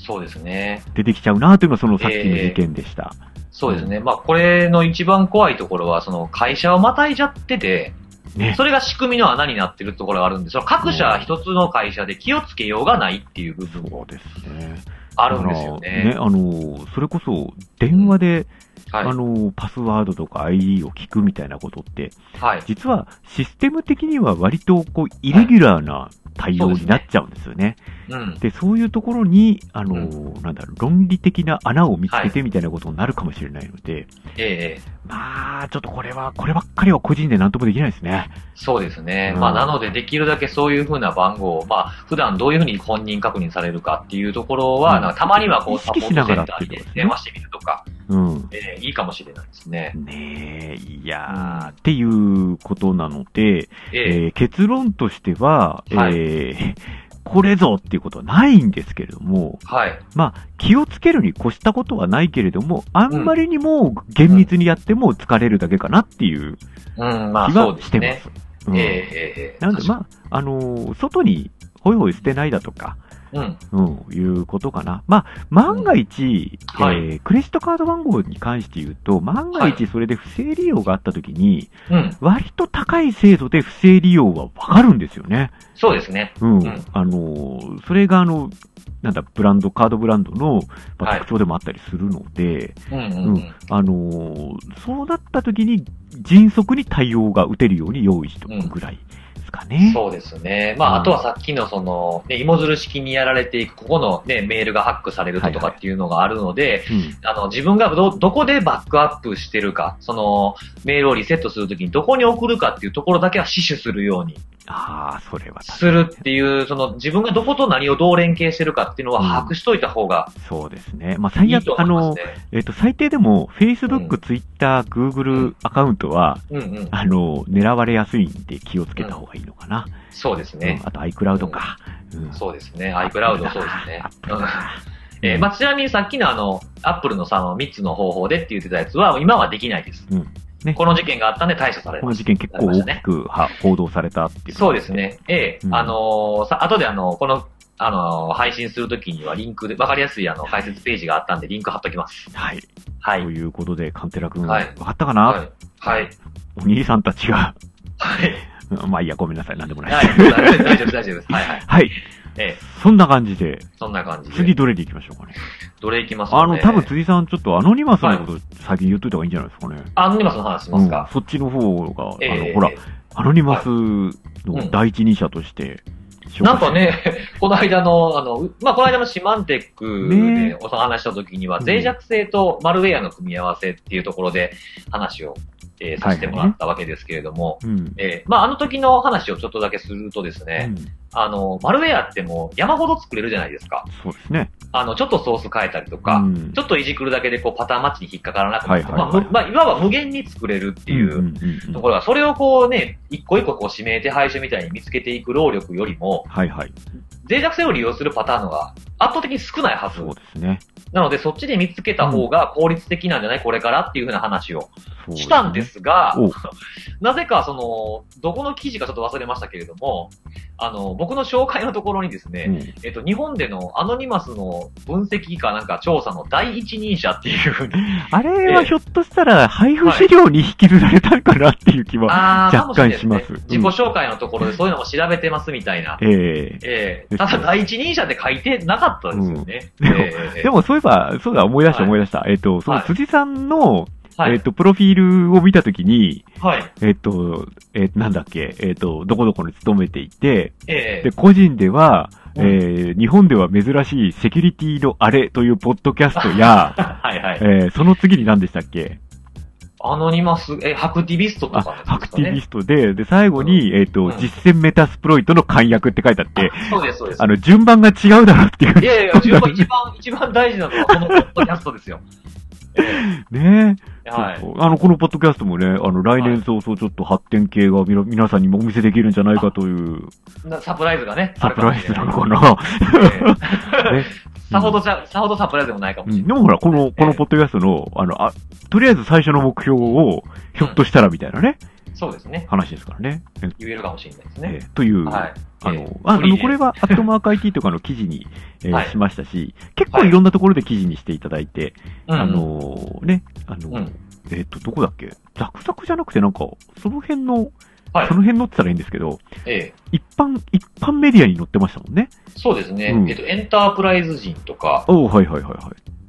[SPEAKER 2] そうですね。
[SPEAKER 1] 出てきちゃうなというのは、そのさっきの事件でした。
[SPEAKER 2] そうですね。まあ、これの一番怖いところは、その会社をまたいじゃってて、
[SPEAKER 1] ね。
[SPEAKER 2] それが仕組みの穴になってるところがあるんで、その各社一つの会社で気をつけようがないっていう部分も
[SPEAKER 1] そうですね。
[SPEAKER 2] あるんですよ
[SPEAKER 1] だ
[SPEAKER 2] ね。
[SPEAKER 1] からね、あの、それこそ、電話で、
[SPEAKER 2] はい
[SPEAKER 1] あ。の、パスワードとか ID を聞くみたいなことって、
[SPEAKER 2] はい。
[SPEAKER 1] 実はシステム的には割と、こう、イレギュラーな対応になっちゃうんですよね。
[SPEAKER 2] うん。
[SPEAKER 1] で、そういうところに、あの、
[SPEAKER 2] う
[SPEAKER 1] なんだろう、論理的な穴を見つけてみたいなことになるかもしれないので、
[SPEAKER 2] ええ
[SPEAKER 1] まあ、ちょっとこれは、こればっかりは個人で何ともできないですね。
[SPEAKER 2] そうですね。
[SPEAKER 1] うん
[SPEAKER 2] まあ、なので、できるだけそういうふうな番号を、まあ、普段どういうふうに本人確認されるかっていうところは、
[SPEAKER 1] うん
[SPEAKER 2] なんかたまにはこう、
[SPEAKER 1] 意
[SPEAKER 2] サポ
[SPEAKER 1] 識
[SPEAKER 2] ー
[SPEAKER 1] しな
[SPEAKER 2] ト
[SPEAKER 1] が
[SPEAKER 2] セ
[SPEAKER 1] ら
[SPEAKER 2] ン
[SPEAKER 1] って
[SPEAKER 2] タ
[SPEAKER 1] いうこと
[SPEAKER 2] ーに
[SPEAKER 1] ですね
[SPEAKER 2] 電話してみるとか、
[SPEAKER 1] うん。
[SPEAKER 2] ええいいかもしれないですね。
[SPEAKER 1] ねえ、いやー、
[SPEAKER 2] うん
[SPEAKER 1] っていうことなので、
[SPEAKER 2] ええ
[SPEAKER 1] えー結論としては、
[SPEAKER 2] はい
[SPEAKER 1] えーこれぞっていうことはないんですけれども、
[SPEAKER 2] はい。
[SPEAKER 1] 気をつけるに越したことはないけれども、あんまりにも厳密にやっても疲れるだけかなっていう
[SPEAKER 2] うん、まあ、
[SPEAKER 1] 気
[SPEAKER 2] そう
[SPEAKER 1] は
[SPEAKER 2] で
[SPEAKER 1] し
[SPEAKER 2] す
[SPEAKER 1] てま
[SPEAKER 2] ね。
[SPEAKER 1] す。うん
[SPEAKER 2] ええええええ
[SPEAKER 1] なので、まあ、あのー外にホイホイ捨てないだとか、
[SPEAKER 2] うん。
[SPEAKER 1] うん、いうことかな。まあ、万が一、
[SPEAKER 2] うんはい
[SPEAKER 1] えークレジットカード番号に関して言うと、万が一それで不正利用があったときに、
[SPEAKER 2] うん。
[SPEAKER 1] 割と高い精度で不正利用はわかるんですよね。
[SPEAKER 2] そうですね。
[SPEAKER 1] うん。
[SPEAKER 2] うん
[SPEAKER 1] あのー、それがあの、なんだ、ブランド、カードブランドの、まあ
[SPEAKER 2] はい
[SPEAKER 1] 特徴でもあったりするので、
[SPEAKER 2] うんうん
[SPEAKER 1] う
[SPEAKER 2] うんん。
[SPEAKER 1] あのー、そうなった時に迅速に対応が打てるように用意しておくぐらいですかね。
[SPEAKER 2] そうですね。まあ、
[SPEAKER 1] うん
[SPEAKER 2] あとはさっきのその、ね、芋づる式にやられていく、ここのね、メールがハックされるとかっていうのがあるので、
[SPEAKER 1] うん。
[SPEAKER 2] あの、自分がど、どこでバックアップしてるか、その、メールをリセットするときにどこに送るかっていうところだけは死守するように
[SPEAKER 1] ああ、それは確かに
[SPEAKER 2] するっていう、その、自分がどこと何をどう連携してるかっていうのは
[SPEAKER 1] うん
[SPEAKER 2] 把握しといた方が
[SPEAKER 1] そうですね。まあ、
[SPEAKER 2] い
[SPEAKER 1] 最
[SPEAKER 2] い
[SPEAKER 1] 悪
[SPEAKER 2] と、
[SPEAKER 1] あ
[SPEAKER 2] 思いま
[SPEAKER 1] の
[SPEAKER 2] す、ね。
[SPEAKER 1] えっ、と、最低でも、Facebook、Twitter、Google アカウントは、
[SPEAKER 2] うんうん。
[SPEAKER 1] あの、狙われやすいんで気をつけた方がいいのかな。
[SPEAKER 2] そうですね
[SPEAKER 1] うん。あと iCloud か。うん
[SPEAKER 2] そうですね。iCloud、そうですね
[SPEAKER 1] アップ。
[SPEAKER 2] う
[SPEAKER 1] ル
[SPEAKER 2] ん
[SPEAKER 1] だな
[SPEAKER 2] えーまあ、ちなみにさっきのあの、アップルのさ、あの、3つの方法でって言ってたやつは、今はできないです。
[SPEAKER 1] うんね
[SPEAKER 2] この事件があったんで対処され
[SPEAKER 1] こ
[SPEAKER 2] ま
[SPEAKER 1] の
[SPEAKER 2] し
[SPEAKER 1] 事件結構大きくは報道されたってい
[SPEAKER 2] た。
[SPEAKER 1] う。
[SPEAKER 2] そうです。ね。ええ
[SPEAKER 1] うん
[SPEAKER 2] あのーさ、後であの、この、あのー配信するときにはリンクで、わかりやすいあの、解説ページがあったんで、リンク貼っときます。
[SPEAKER 1] はい。
[SPEAKER 2] は
[SPEAKER 1] と
[SPEAKER 2] い。
[SPEAKER 1] いうことで、カンテラ君、わ
[SPEAKER 2] はい
[SPEAKER 1] かったかな、
[SPEAKER 2] はい。はい。
[SPEAKER 1] お兄さんたちが。
[SPEAKER 2] はい。
[SPEAKER 1] うんまあいいや、ごめんなさい。なんでもない。
[SPEAKER 2] はい大丈夫です、大丈夫です、大丈夫です。はいはい。
[SPEAKER 1] はい。
[SPEAKER 2] ええ
[SPEAKER 1] そんな感じで、
[SPEAKER 2] そんな感じで。
[SPEAKER 1] 次どれでいきましょうかね。
[SPEAKER 2] どれいきますか、ね、
[SPEAKER 1] あの、多分辻さん、ちょっとアノニマスのこと、先に言っといた方がいいんじゃないですかね。
[SPEAKER 2] アノニマスの話し
[SPEAKER 1] う
[SPEAKER 2] ま
[SPEAKER 1] ん
[SPEAKER 2] すか、
[SPEAKER 1] そっちの方が、あ
[SPEAKER 2] え
[SPEAKER 1] の、
[SPEAKER 2] え
[SPEAKER 1] ほら、アノニマスの第一人者として、紹介
[SPEAKER 2] なんか、ね、 この間の、あの、うまあ、この間のシマンテック
[SPEAKER 1] ね
[SPEAKER 2] でお話しした時には、
[SPEAKER 1] うん
[SPEAKER 2] 脆弱性とマルウェアの組み合わせっていうところで話を、えーさせてもらったわけですけれども、
[SPEAKER 1] うん。
[SPEAKER 2] えーまあ、あの時の話をちょっとだけするとですね、
[SPEAKER 1] うん
[SPEAKER 2] あの、マルウェアってもう山ほど作れるじゃないですか。
[SPEAKER 1] そうですね。
[SPEAKER 2] あの、ちょっとソース変えたりとか、
[SPEAKER 1] うん
[SPEAKER 2] ちょっといじくるだけでこうパターンマッチに引っかからなくなって、
[SPEAKER 1] はいはいはい
[SPEAKER 2] まあ、むまあ、いわば無限に作れるってい
[SPEAKER 1] ん
[SPEAKER 2] ううん
[SPEAKER 1] うん
[SPEAKER 2] ところが、それをこうね、一個一個こう指名手配書みたいに見つけていく労力よりも、
[SPEAKER 1] はいはい。
[SPEAKER 2] 脆弱性を利用するパターンの方が圧倒的に少ないはず
[SPEAKER 1] そ。うですね。
[SPEAKER 2] なので、そっちで見つけた方が効率的なんじゃないこれからっていうふうな話を
[SPEAKER 1] そうね
[SPEAKER 2] したんで。すが、
[SPEAKER 1] おう
[SPEAKER 2] なぜかその、どこの記事かちょっと忘れましたけれども、あの、僕の紹介のところにです
[SPEAKER 1] う
[SPEAKER 2] ね、
[SPEAKER 1] ん
[SPEAKER 2] えっと、日本でのアノニマスの分析かなんか調査の第一人者っていうふ うに、
[SPEAKER 1] あれ
[SPEAKER 2] え
[SPEAKER 1] は
[SPEAKER 2] え
[SPEAKER 1] ひょっとしたら、配布資料に引きずられたかなっていう気は。
[SPEAKER 2] あー、かも
[SPEAKER 1] 若干
[SPEAKER 2] しれないで
[SPEAKER 1] し
[SPEAKER 2] す
[SPEAKER 1] ま
[SPEAKER 2] ね
[SPEAKER 1] す。
[SPEAKER 2] 自己紹介のところでそういうのも調べてますみたいな。
[SPEAKER 1] え
[SPEAKER 2] ええただ第一人者って書いてなかったですよね。
[SPEAKER 1] うん
[SPEAKER 2] ええ
[SPEAKER 1] え。でもそういえば、そうだ、思い出した
[SPEAKER 2] はい
[SPEAKER 1] 思い出した。えっと、その
[SPEAKER 2] はい
[SPEAKER 1] 辻さんの、
[SPEAKER 2] はい
[SPEAKER 1] えっ、と、プロフィールを見たときに、
[SPEAKER 2] はい。
[SPEAKER 1] えっ、と、えーなんだっけ、えっ、と、どこどこに勤めていて、
[SPEAKER 2] ええ
[SPEAKER 1] で、個人では、え
[SPEAKER 2] うん
[SPEAKER 1] ー日本では珍しいセキュリティのあれというポッドキャストや、
[SPEAKER 2] はいはい。
[SPEAKER 1] えーその次に何でしたっけ
[SPEAKER 2] アノニマス、え、ハクティビストと
[SPEAKER 1] あ、
[SPEAKER 2] かのや
[SPEAKER 1] ハク
[SPEAKER 2] つですか
[SPEAKER 1] ティビ
[SPEAKER 2] ね。
[SPEAKER 1] ストで、で、最後に、えっ、と、
[SPEAKER 2] うん
[SPEAKER 1] 実践メタスプロイトの簡約って書いてあって、
[SPEAKER 2] そうです、そうです
[SPEAKER 1] あ。の、順番が違うだろっていう
[SPEAKER 2] い。やいや、順番一番、一番大事なのはこのポッドキャス トですよ。
[SPEAKER 1] ね
[SPEAKER 2] はい。
[SPEAKER 1] そうそうあの、このポッドキャストもね、あの、来
[SPEAKER 2] はい
[SPEAKER 1] 年早々ちょっと発展系がみな皆さんにもお見せできるんじゃないかという、
[SPEAKER 2] なサプライズがね、あ
[SPEAKER 1] サ
[SPEAKER 2] る
[SPEAKER 1] プ
[SPEAKER 2] かも
[SPEAKER 1] ライ
[SPEAKER 2] し
[SPEAKER 1] ズ
[SPEAKER 2] れな
[SPEAKER 1] ないのかな。
[SPEAKER 2] ええ
[SPEAKER 1] ね
[SPEAKER 2] さほどじゃ、さほどサプライズでもないか
[SPEAKER 1] う
[SPEAKER 2] もしれ
[SPEAKER 1] ん、で
[SPEAKER 2] ない。
[SPEAKER 1] もほら、この、このポッドキャストの、あの、あ、とりあえず最初の目標を、ひょっとしたらみたいなね、
[SPEAKER 2] そうですね。
[SPEAKER 1] 話ですからね。え
[SPEAKER 2] 言えるかもしれないです
[SPEAKER 1] え
[SPEAKER 2] ね。
[SPEAKER 1] ーという、
[SPEAKER 2] はい。
[SPEAKER 1] あ
[SPEAKER 2] ええ
[SPEAKER 1] の、あ
[SPEAKER 2] フリー
[SPEAKER 1] の、
[SPEAKER 2] で
[SPEAKER 1] これは、アットマーク IT とかの記事に、えー
[SPEAKER 2] はい
[SPEAKER 1] しましたし、結構
[SPEAKER 2] はい
[SPEAKER 1] いろんなところで記事にしていただいて、
[SPEAKER 2] うん
[SPEAKER 1] あのーね、あのー
[SPEAKER 2] うん
[SPEAKER 1] えっ、と、どこだっけザクザクじゃなくてなんか、その辺の、
[SPEAKER 2] はい
[SPEAKER 1] その辺のって言ったらいいんですけど、
[SPEAKER 2] ええ。
[SPEAKER 1] 一般、一般メディアに載ってましたもん ね。
[SPEAKER 2] そうですね
[SPEAKER 1] う。ん
[SPEAKER 2] えっと、エンタープライズ人とか、
[SPEAKER 1] おおはいはいはいは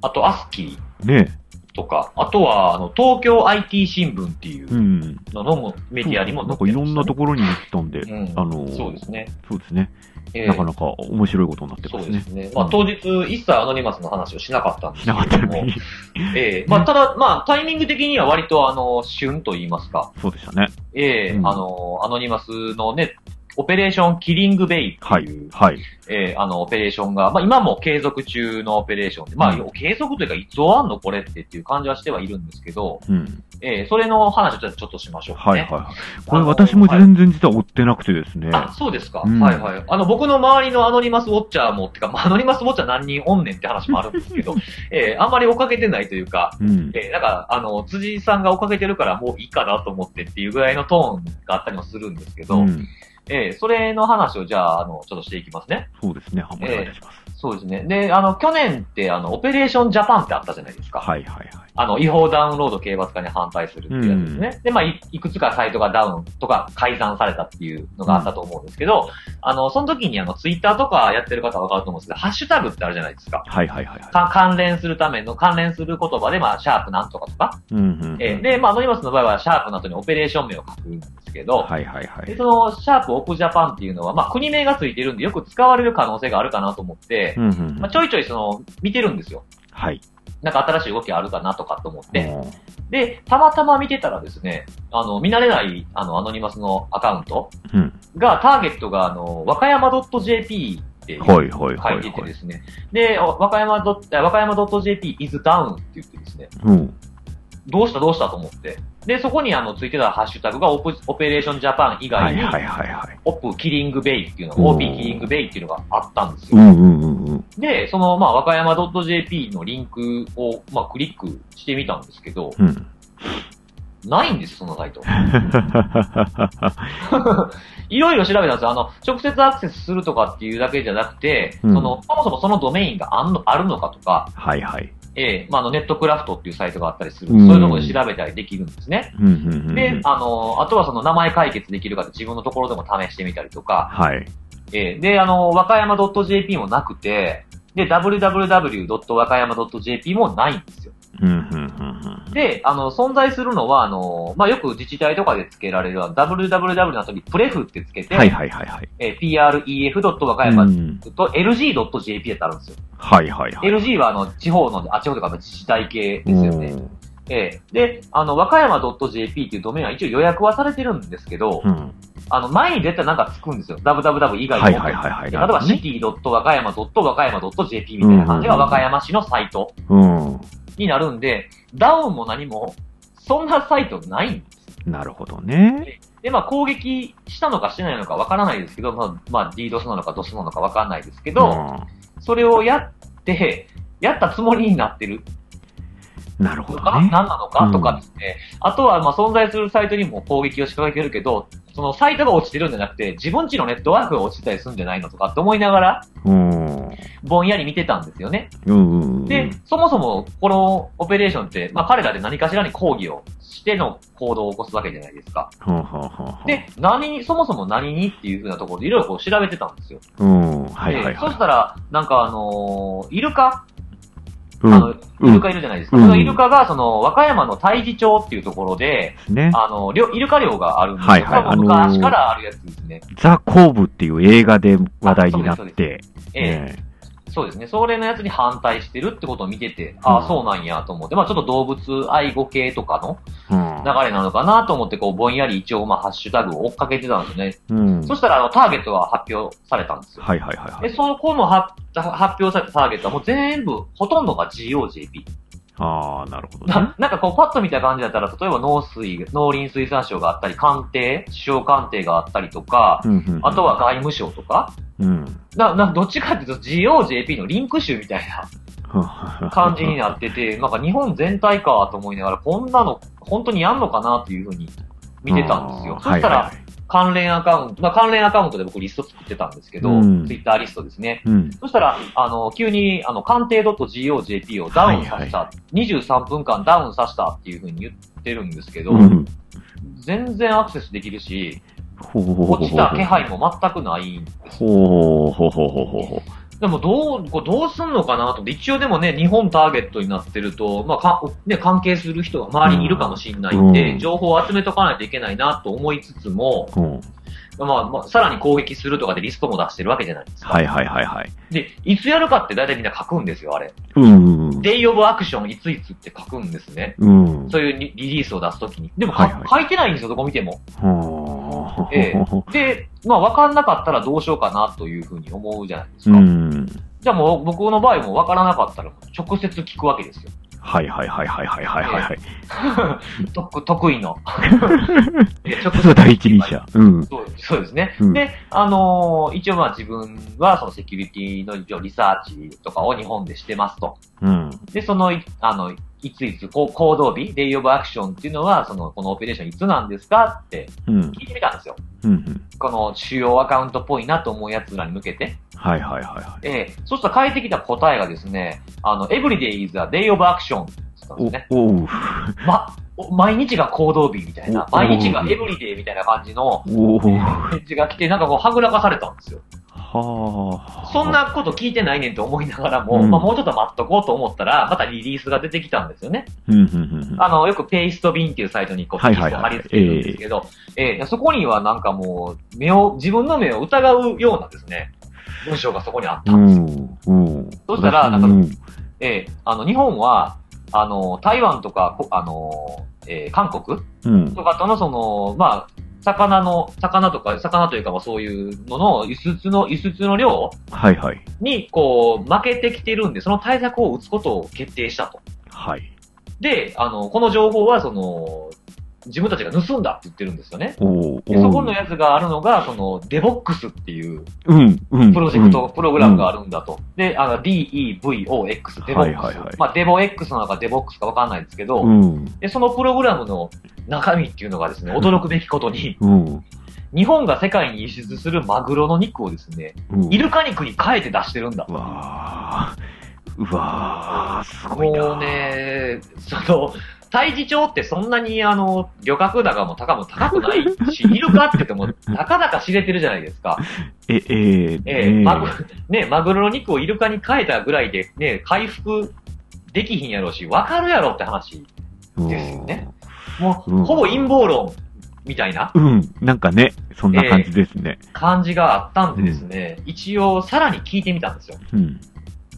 [SPEAKER 2] あと、アスキー
[SPEAKER 1] い。ね
[SPEAKER 2] とか、あとは、あの、東京 IT 新聞ってい
[SPEAKER 1] え。う。
[SPEAKER 2] うんののもメディアにも
[SPEAKER 1] な
[SPEAKER 2] 載
[SPEAKER 1] ん
[SPEAKER 2] っ
[SPEAKER 1] か
[SPEAKER 2] て
[SPEAKER 1] い
[SPEAKER 2] ましたね
[SPEAKER 1] ろんなところに載ってたんで、
[SPEAKER 2] うん
[SPEAKER 1] あのー
[SPEAKER 2] そうですね。
[SPEAKER 1] そうですね。
[SPEAKER 2] ええ
[SPEAKER 1] なかなか面白いことになって
[SPEAKER 2] そ
[SPEAKER 1] ま
[SPEAKER 2] う
[SPEAKER 1] す
[SPEAKER 2] で
[SPEAKER 1] ね
[SPEAKER 2] す。ね。まあ、当日、一切アノニマスの話をしなかったんです
[SPEAKER 1] し
[SPEAKER 2] け
[SPEAKER 1] な
[SPEAKER 2] れ
[SPEAKER 1] かった
[SPEAKER 2] ど
[SPEAKER 1] の
[SPEAKER 2] も
[SPEAKER 1] に、。
[SPEAKER 2] ええまあ、ただ、まあ、タイミング的には割と、あの、旬と言いますか、
[SPEAKER 1] そうでしたね。
[SPEAKER 2] ええ
[SPEAKER 1] うん
[SPEAKER 2] あの、アノニマスのね、オペレーションキリングベイって
[SPEAKER 1] はい
[SPEAKER 2] いう、。
[SPEAKER 1] はい。
[SPEAKER 2] ええあの、オペレーションが、まあ、今も継続中のオペレーションで、まあ、
[SPEAKER 1] う
[SPEAKER 2] 継続というか、いつ終わんのこれってっていう感じはしてはいるんですけど、
[SPEAKER 1] うん。
[SPEAKER 2] ええそれの話をちょっとちょっとしましょうか
[SPEAKER 1] は
[SPEAKER 2] ね。
[SPEAKER 1] いはいはい。これ私も全然実は追ってなくてですね。
[SPEAKER 2] あ、そうですか。
[SPEAKER 1] うん
[SPEAKER 2] はいはい。あの、僕の周りのアノニマスウォッチャーも、ってか、まあ、アノニマスウォッチャー何人おんねんって話もあるんですけど、 えーあんまり追っかけてないというか、
[SPEAKER 1] うん。
[SPEAKER 2] えーなんか、あの、辻さんが追っかけてるからもういいかなと思ってっていうぐらいのトーンがあったりもするんですけど、
[SPEAKER 1] うん
[SPEAKER 2] えーそれの話をじゃあ、あの、ちょっとしていきますね。
[SPEAKER 1] そうですね。お願いいたします。
[SPEAKER 2] そうですね。で、あの、去年って、あの、オペレーションジャパンってあったじゃないですか。
[SPEAKER 1] はいはいはい。
[SPEAKER 2] あの、違法ダウンロード刑罰化に反対するっていうやつですね。で、まあい、いくつかサイトがダウンとか改ざんされたっていうのがあったと思うんですけど、あの、その時にあの、ツイッターとかやってる方はわかると思うんですけど、ハッシュタグってあるじゃないですか。
[SPEAKER 1] はいはいはいはい。
[SPEAKER 2] か関連するための、関連する言葉で、まあ、シャープなんとかとか。
[SPEAKER 1] うんうんうん。
[SPEAKER 2] えーで、まあ、アノニマスの場合は、シャープの後にオペレーション名を書くんですけど、
[SPEAKER 1] はいはいは
[SPEAKER 2] で
[SPEAKER 1] い。
[SPEAKER 2] その、シャープオプジャパンっていうのは、まあ、国名がついてるんで、よく使われる可能性があるかなと思って、
[SPEAKER 1] うんうんう
[SPEAKER 2] まあ、
[SPEAKER 1] ん。
[SPEAKER 2] ちょいちょいその、見てるんですよ。
[SPEAKER 1] はい。
[SPEAKER 2] なんか新しい動きあるかなとかと思って、
[SPEAKER 1] うん
[SPEAKER 2] で、たまたま見てたらですね、あの、見慣れない、あの、アノニマスのアカウント
[SPEAKER 1] うん。
[SPEAKER 2] が、ターゲットが、あの、和歌山 .jp って書
[SPEAKER 1] はいはいはいい
[SPEAKER 2] てて
[SPEAKER 1] はい
[SPEAKER 2] で。すね、で、お和歌山ドット、和歌山 .jp is down って言ってですね、
[SPEAKER 1] うん。
[SPEAKER 2] どうしたどうしたと思って。で、そこにあの、ついてたハッシュタグがオプ、オペレーションジャパン以
[SPEAKER 1] は
[SPEAKER 2] 外
[SPEAKER 1] い
[SPEAKER 2] に、
[SPEAKER 1] はいはいはい。
[SPEAKER 2] オプキリングベイっていうのが、
[SPEAKER 1] おー
[SPEAKER 2] OP キリングベイっていうのがあったんです
[SPEAKER 1] う
[SPEAKER 2] よ。
[SPEAKER 1] んうんうんうん。
[SPEAKER 2] で、その、まあ、和歌山 .jp のリンクを、まあ、クリックしてみたんですけど、
[SPEAKER 1] うん。
[SPEAKER 2] ないんです、そのサイト。いろいろ調べたんですよ。あの、直接アクセスするとかっていうだけじゃなくて、
[SPEAKER 1] うん
[SPEAKER 2] その、そもそもそのドメインがあんのあるのかとか、
[SPEAKER 1] はいはい。
[SPEAKER 2] ええまあ、あの、ネットクラフトっていうサイトがあったりする。
[SPEAKER 1] うん
[SPEAKER 2] そういうところで調べたりできるんですね。
[SPEAKER 1] うんうんうんうん。
[SPEAKER 2] で、あの、あとはその名前解決できるかって自分のところでも試してみたりとか、
[SPEAKER 1] はい。
[SPEAKER 2] ええで、あの、和歌山 .jp もなくて、で、www. 和歌山 .jp もないんですよ。
[SPEAKER 1] うんうんうんうん。
[SPEAKER 2] で、あの、存在するのは、あの、まあ、よく自治体とかで付けられるあの www の後にプレフって付けて、
[SPEAKER 1] はいはいはいはい。
[SPEAKER 2] えー pref. 和歌
[SPEAKER 1] う
[SPEAKER 2] 山
[SPEAKER 1] ん
[SPEAKER 2] と lg.jp やってあるんですよ。
[SPEAKER 1] はいはいはい。
[SPEAKER 2] lg はあの地方の、あ、地方とかの自治体系ですよね。
[SPEAKER 1] うん
[SPEAKER 2] ええで、あの、和歌山 .jp っていうドメインは一応予約はされてるんですけど、
[SPEAKER 1] うん。
[SPEAKER 2] あの、前に絶対なんかつくんですよ。www 以外にも。
[SPEAKER 1] はいはいはいはい。
[SPEAKER 2] で例えば、
[SPEAKER 1] ね
[SPEAKER 2] city. 和歌山.和歌山 .jp みたいな感じが
[SPEAKER 1] うんうんうん
[SPEAKER 2] 和歌山市のサイト
[SPEAKER 1] うん。
[SPEAKER 2] になるんで、ダウンも何も、そんなサイトないんです。
[SPEAKER 1] なるほどね。
[SPEAKER 2] で、まあ、攻撃したのかしてないのかわからないですけど、まあ、まあ、DDoS なのか DOS なのかわかんないですけど、それをやって、やったつもりになってる
[SPEAKER 1] うんなるほ
[SPEAKER 2] と
[SPEAKER 1] ど
[SPEAKER 2] か、
[SPEAKER 1] ね。
[SPEAKER 2] 何なのか
[SPEAKER 1] うん
[SPEAKER 2] とかですね。あとは、まあ、存在するサイトにも攻撃を仕掛けてるけど、そのサイトが落ちてるんじゃなくて、自分ちのネットワークが落ちてたりするんじゃないのとかって思いながら、
[SPEAKER 1] うん。うん
[SPEAKER 2] ぼんやり見てたんですよね。
[SPEAKER 1] うんうん。
[SPEAKER 2] で、そもそも、このオペレーションって、まあ、彼らで何かしらに抗議をしての行動を起こすわけじゃないですか。
[SPEAKER 1] はんはんはんはん、
[SPEAKER 2] で、何に、そもそも何にっていう風なところでいろいろこう調べてたんですよ。
[SPEAKER 1] うん。はいはい
[SPEAKER 2] でそ
[SPEAKER 1] は
[SPEAKER 2] したら、なんかあのーイルカ
[SPEAKER 1] い。うん
[SPEAKER 2] あの、
[SPEAKER 1] うん
[SPEAKER 2] イルカいるじゃないですか。
[SPEAKER 1] うん
[SPEAKER 2] そのイルカが、その、和歌山の大治町っていうところで、
[SPEAKER 1] ね。
[SPEAKER 2] あの、漁イルカ漁があるんですよ
[SPEAKER 1] はいはい
[SPEAKER 2] 多分昔からあるやつですね。
[SPEAKER 1] ザ・コーブっていう映画で話題にな
[SPEAKER 2] あそ
[SPEAKER 1] っ
[SPEAKER 2] うで
[SPEAKER 1] て、
[SPEAKER 2] ええ
[SPEAKER 1] え
[SPEAKER 2] そうですね。それのやつに反対してるってことを見てて、あ
[SPEAKER 1] うん
[SPEAKER 2] あ、そうなんやと思って、まあちょっと動物愛護系とかの
[SPEAKER 1] うん
[SPEAKER 2] 流れなのかなと思って、こう、ぼんやり一応、まあハッシュタグを追っかけてたんですよね。
[SPEAKER 1] うん。
[SPEAKER 2] そしたら、あの、ターゲットが発表されたんですよ。
[SPEAKER 1] はいはいはいは
[SPEAKER 2] で、
[SPEAKER 1] い。
[SPEAKER 2] そこのは発表されたターゲットはもう全部、ほとんどが GOJP。
[SPEAKER 1] ああ、なるほどね。
[SPEAKER 2] ななんかこう、パッと見た感じだったら、例えば農水、農林水産省があったり、官邸、首相官邸があったりとか、
[SPEAKER 1] うんうんうん
[SPEAKER 2] あとは、外務省とか、
[SPEAKER 1] うん。
[SPEAKER 2] な、な、どっちかっていうと GOJP のリンク集みたいな感
[SPEAKER 1] 感
[SPEAKER 2] じになってて、なんか日本全体かと思いながら、こんなの、本当にやんのかなっていうふうに見てたん ですよ。そしたら、関連アカウント、まあ関連アカウントで僕リスト作ってたんですけど、
[SPEAKER 1] うん
[SPEAKER 2] ツイッターリストですね。
[SPEAKER 1] うん。
[SPEAKER 2] そしたら、あの、急に、あの、官邸 .gojp をダウンさせた、
[SPEAKER 1] は
[SPEAKER 2] 23分間ダウンさせたっていうふうに言ってるんですけど、
[SPEAKER 1] うん。
[SPEAKER 2] 全然アクセスできるし、
[SPEAKER 1] ほうほうほう
[SPEAKER 2] 落ちた気配
[SPEAKER 1] も。
[SPEAKER 2] も全くないんで
[SPEAKER 1] ほうほうほうほうほうほ
[SPEAKER 2] す。でも、どう、これどうすんのかなと思って、一応でもね、日本ターゲットになってると、まあ、かね、関係する人が周りにいるかもしれないんで、
[SPEAKER 1] うん
[SPEAKER 2] 情報を集めとかないといけないなと思いつつも、
[SPEAKER 1] う。うん。
[SPEAKER 2] まあ、まあ、さらに攻撃するとかでリストも出してるわけじゃないですか。
[SPEAKER 1] はいはいはいはい。
[SPEAKER 2] で、いつやるかって大体みんな書くんですよ、あれ。
[SPEAKER 1] うんうん
[SPEAKER 2] Day of Action いついつって書くんですね。
[SPEAKER 1] うん。うん。
[SPEAKER 2] そういうリリリースを出すときに。でも、
[SPEAKER 1] はい
[SPEAKER 2] か
[SPEAKER 1] はい
[SPEAKER 2] 書いてないんですよ、どこ見ても。
[SPEAKER 1] はあ
[SPEAKER 2] えで、まあ、わかんなかったらどうしようかなというふうに思うじゃないです
[SPEAKER 1] う
[SPEAKER 2] か。
[SPEAKER 1] ん。
[SPEAKER 2] じゃあもう、僕の場合もわからなかったら、直接聞くわけですよ。
[SPEAKER 1] はいはいはいはいはいはいはい。
[SPEAKER 2] と得 意の。え直
[SPEAKER 1] それは第一人者。うん。
[SPEAKER 2] そうそうですね。
[SPEAKER 1] うん
[SPEAKER 2] で、あのー一応まあ自分はそのセキュリティの一応リサーチとかを日本でしてますと。
[SPEAKER 1] うん。
[SPEAKER 2] で、その、いあの、いついつこう行動日、デイオブアクションっていうのは、その、このオペレーションいつなんですかって
[SPEAKER 1] うん。
[SPEAKER 2] 聞いてみたんですよ。
[SPEAKER 1] うん。
[SPEAKER 2] この主要アカウントっぽいなと思う奴らに向けて。
[SPEAKER 1] はいはいはいは
[SPEAKER 2] ええそうしたら返ってきた答えがですね、あの、every day is a day of action って言ったんです
[SPEAKER 1] い
[SPEAKER 2] ね。。
[SPEAKER 1] お、おう。
[SPEAKER 2] ま、お毎日が行動日みたいな、
[SPEAKER 1] お
[SPEAKER 2] 毎日が
[SPEAKER 1] お
[SPEAKER 2] every day みたいな感じの
[SPEAKER 1] おう。
[SPEAKER 2] 返事が来て、なんかこう、はぐらかされたんですよ。
[SPEAKER 1] はあ。
[SPEAKER 2] そん。なこと聞いてないねんと思いながらも、
[SPEAKER 1] うん
[SPEAKER 2] まあ、もうちょっと待っとこうと思ったら、またリリースが出てきたんですよね。
[SPEAKER 1] うんうんうん
[SPEAKER 2] あの、よくペーストビンっていうサイトにこう、
[SPEAKER 1] は
[SPEAKER 2] テ
[SPEAKER 1] い
[SPEAKER 2] キ
[SPEAKER 1] はい
[SPEAKER 2] ストを
[SPEAKER 1] は
[SPEAKER 2] 貼
[SPEAKER 1] い
[SPEAKER 2] り付けるんですけど、ええそこにはなんかもう、目を、自分の目を疑うようなですね、文章がそこにあった
[SPEAKER 1] うん
[SPEAKER 2] ですよ。
[SPEAKER 1] ん。うん。
[SPEAKER 2] そしたらなんか
[SPEAKER 1] うん。
[SPEAKER 2] ええあの、日本は、あの、台湾とか、こあの、ええ韓国
[SPEAKER 1] うん。
[SPEAKER 2] とかとのその、まあ、魚の、魚とか、魚というかまあそういうのの輸出の、輸出の量
[SPEAKER 1] はいはい。
[SPEAKER 2] に、こう、負けてきてるんで、その対策を打つことを決定したと。
[SPEAKER 1] はい。
[SPEAKER 2] で、あの、この情報は、その、自分たちが盗んだって言ってるんですよね。
[SPEAKER 1] おう。
[SPEAKER 2] でそこのやつがあるのが、その、デボックスっていう
[SPEAKER 1] うん。うん。
[SPEAKER 2] プロジェクト、プログラムがあるんだと。で、あの、DEVOX、デボックス。
[SPEAKER 1] はいはいはい
[SPEAKER 2] まあ、デボ X なのかデボックスかわかんないんですけど、
[SPEAKER 1] うん。
[SPEAKER 2] で、そのプログラムの中身っていうのがですね、驚くべきことに、
[SPEAKER 1] うん。
[SPEAKER 2] 日本が世界に輸出するマグロの肉をですね、
[SPEAKER 1] うん。
[SPEAKER 2] イルカ肉に変えて出してるんだ
[SPEAKER 1] う。わーうわーすごいな。
[SPEAKER 2] もう。ね、その、大地町ってそんなにあの、漁獲高も高も高くないし、イルカって言っても、なかなか知れてるじゃないですか。
[SPEAKER 1] え、えー、
[SPEAKER 2] ええマグ、ね、マグロの肉をイルカに変えたぐらいで、ね、回復できひんやろうし、わかるやろって話。ですよねも
[SPEAKER 1] うん
[SPEAKER 2] う、ほぼ陰謀論みたいな
[SPEAKER 1] うん。うん。なんかね、そんな感じですね。
[SPEAKER 2] 感じがあったんでですね、一応さらに聞いてみたんですよ。
[SPEAKER 1] うん。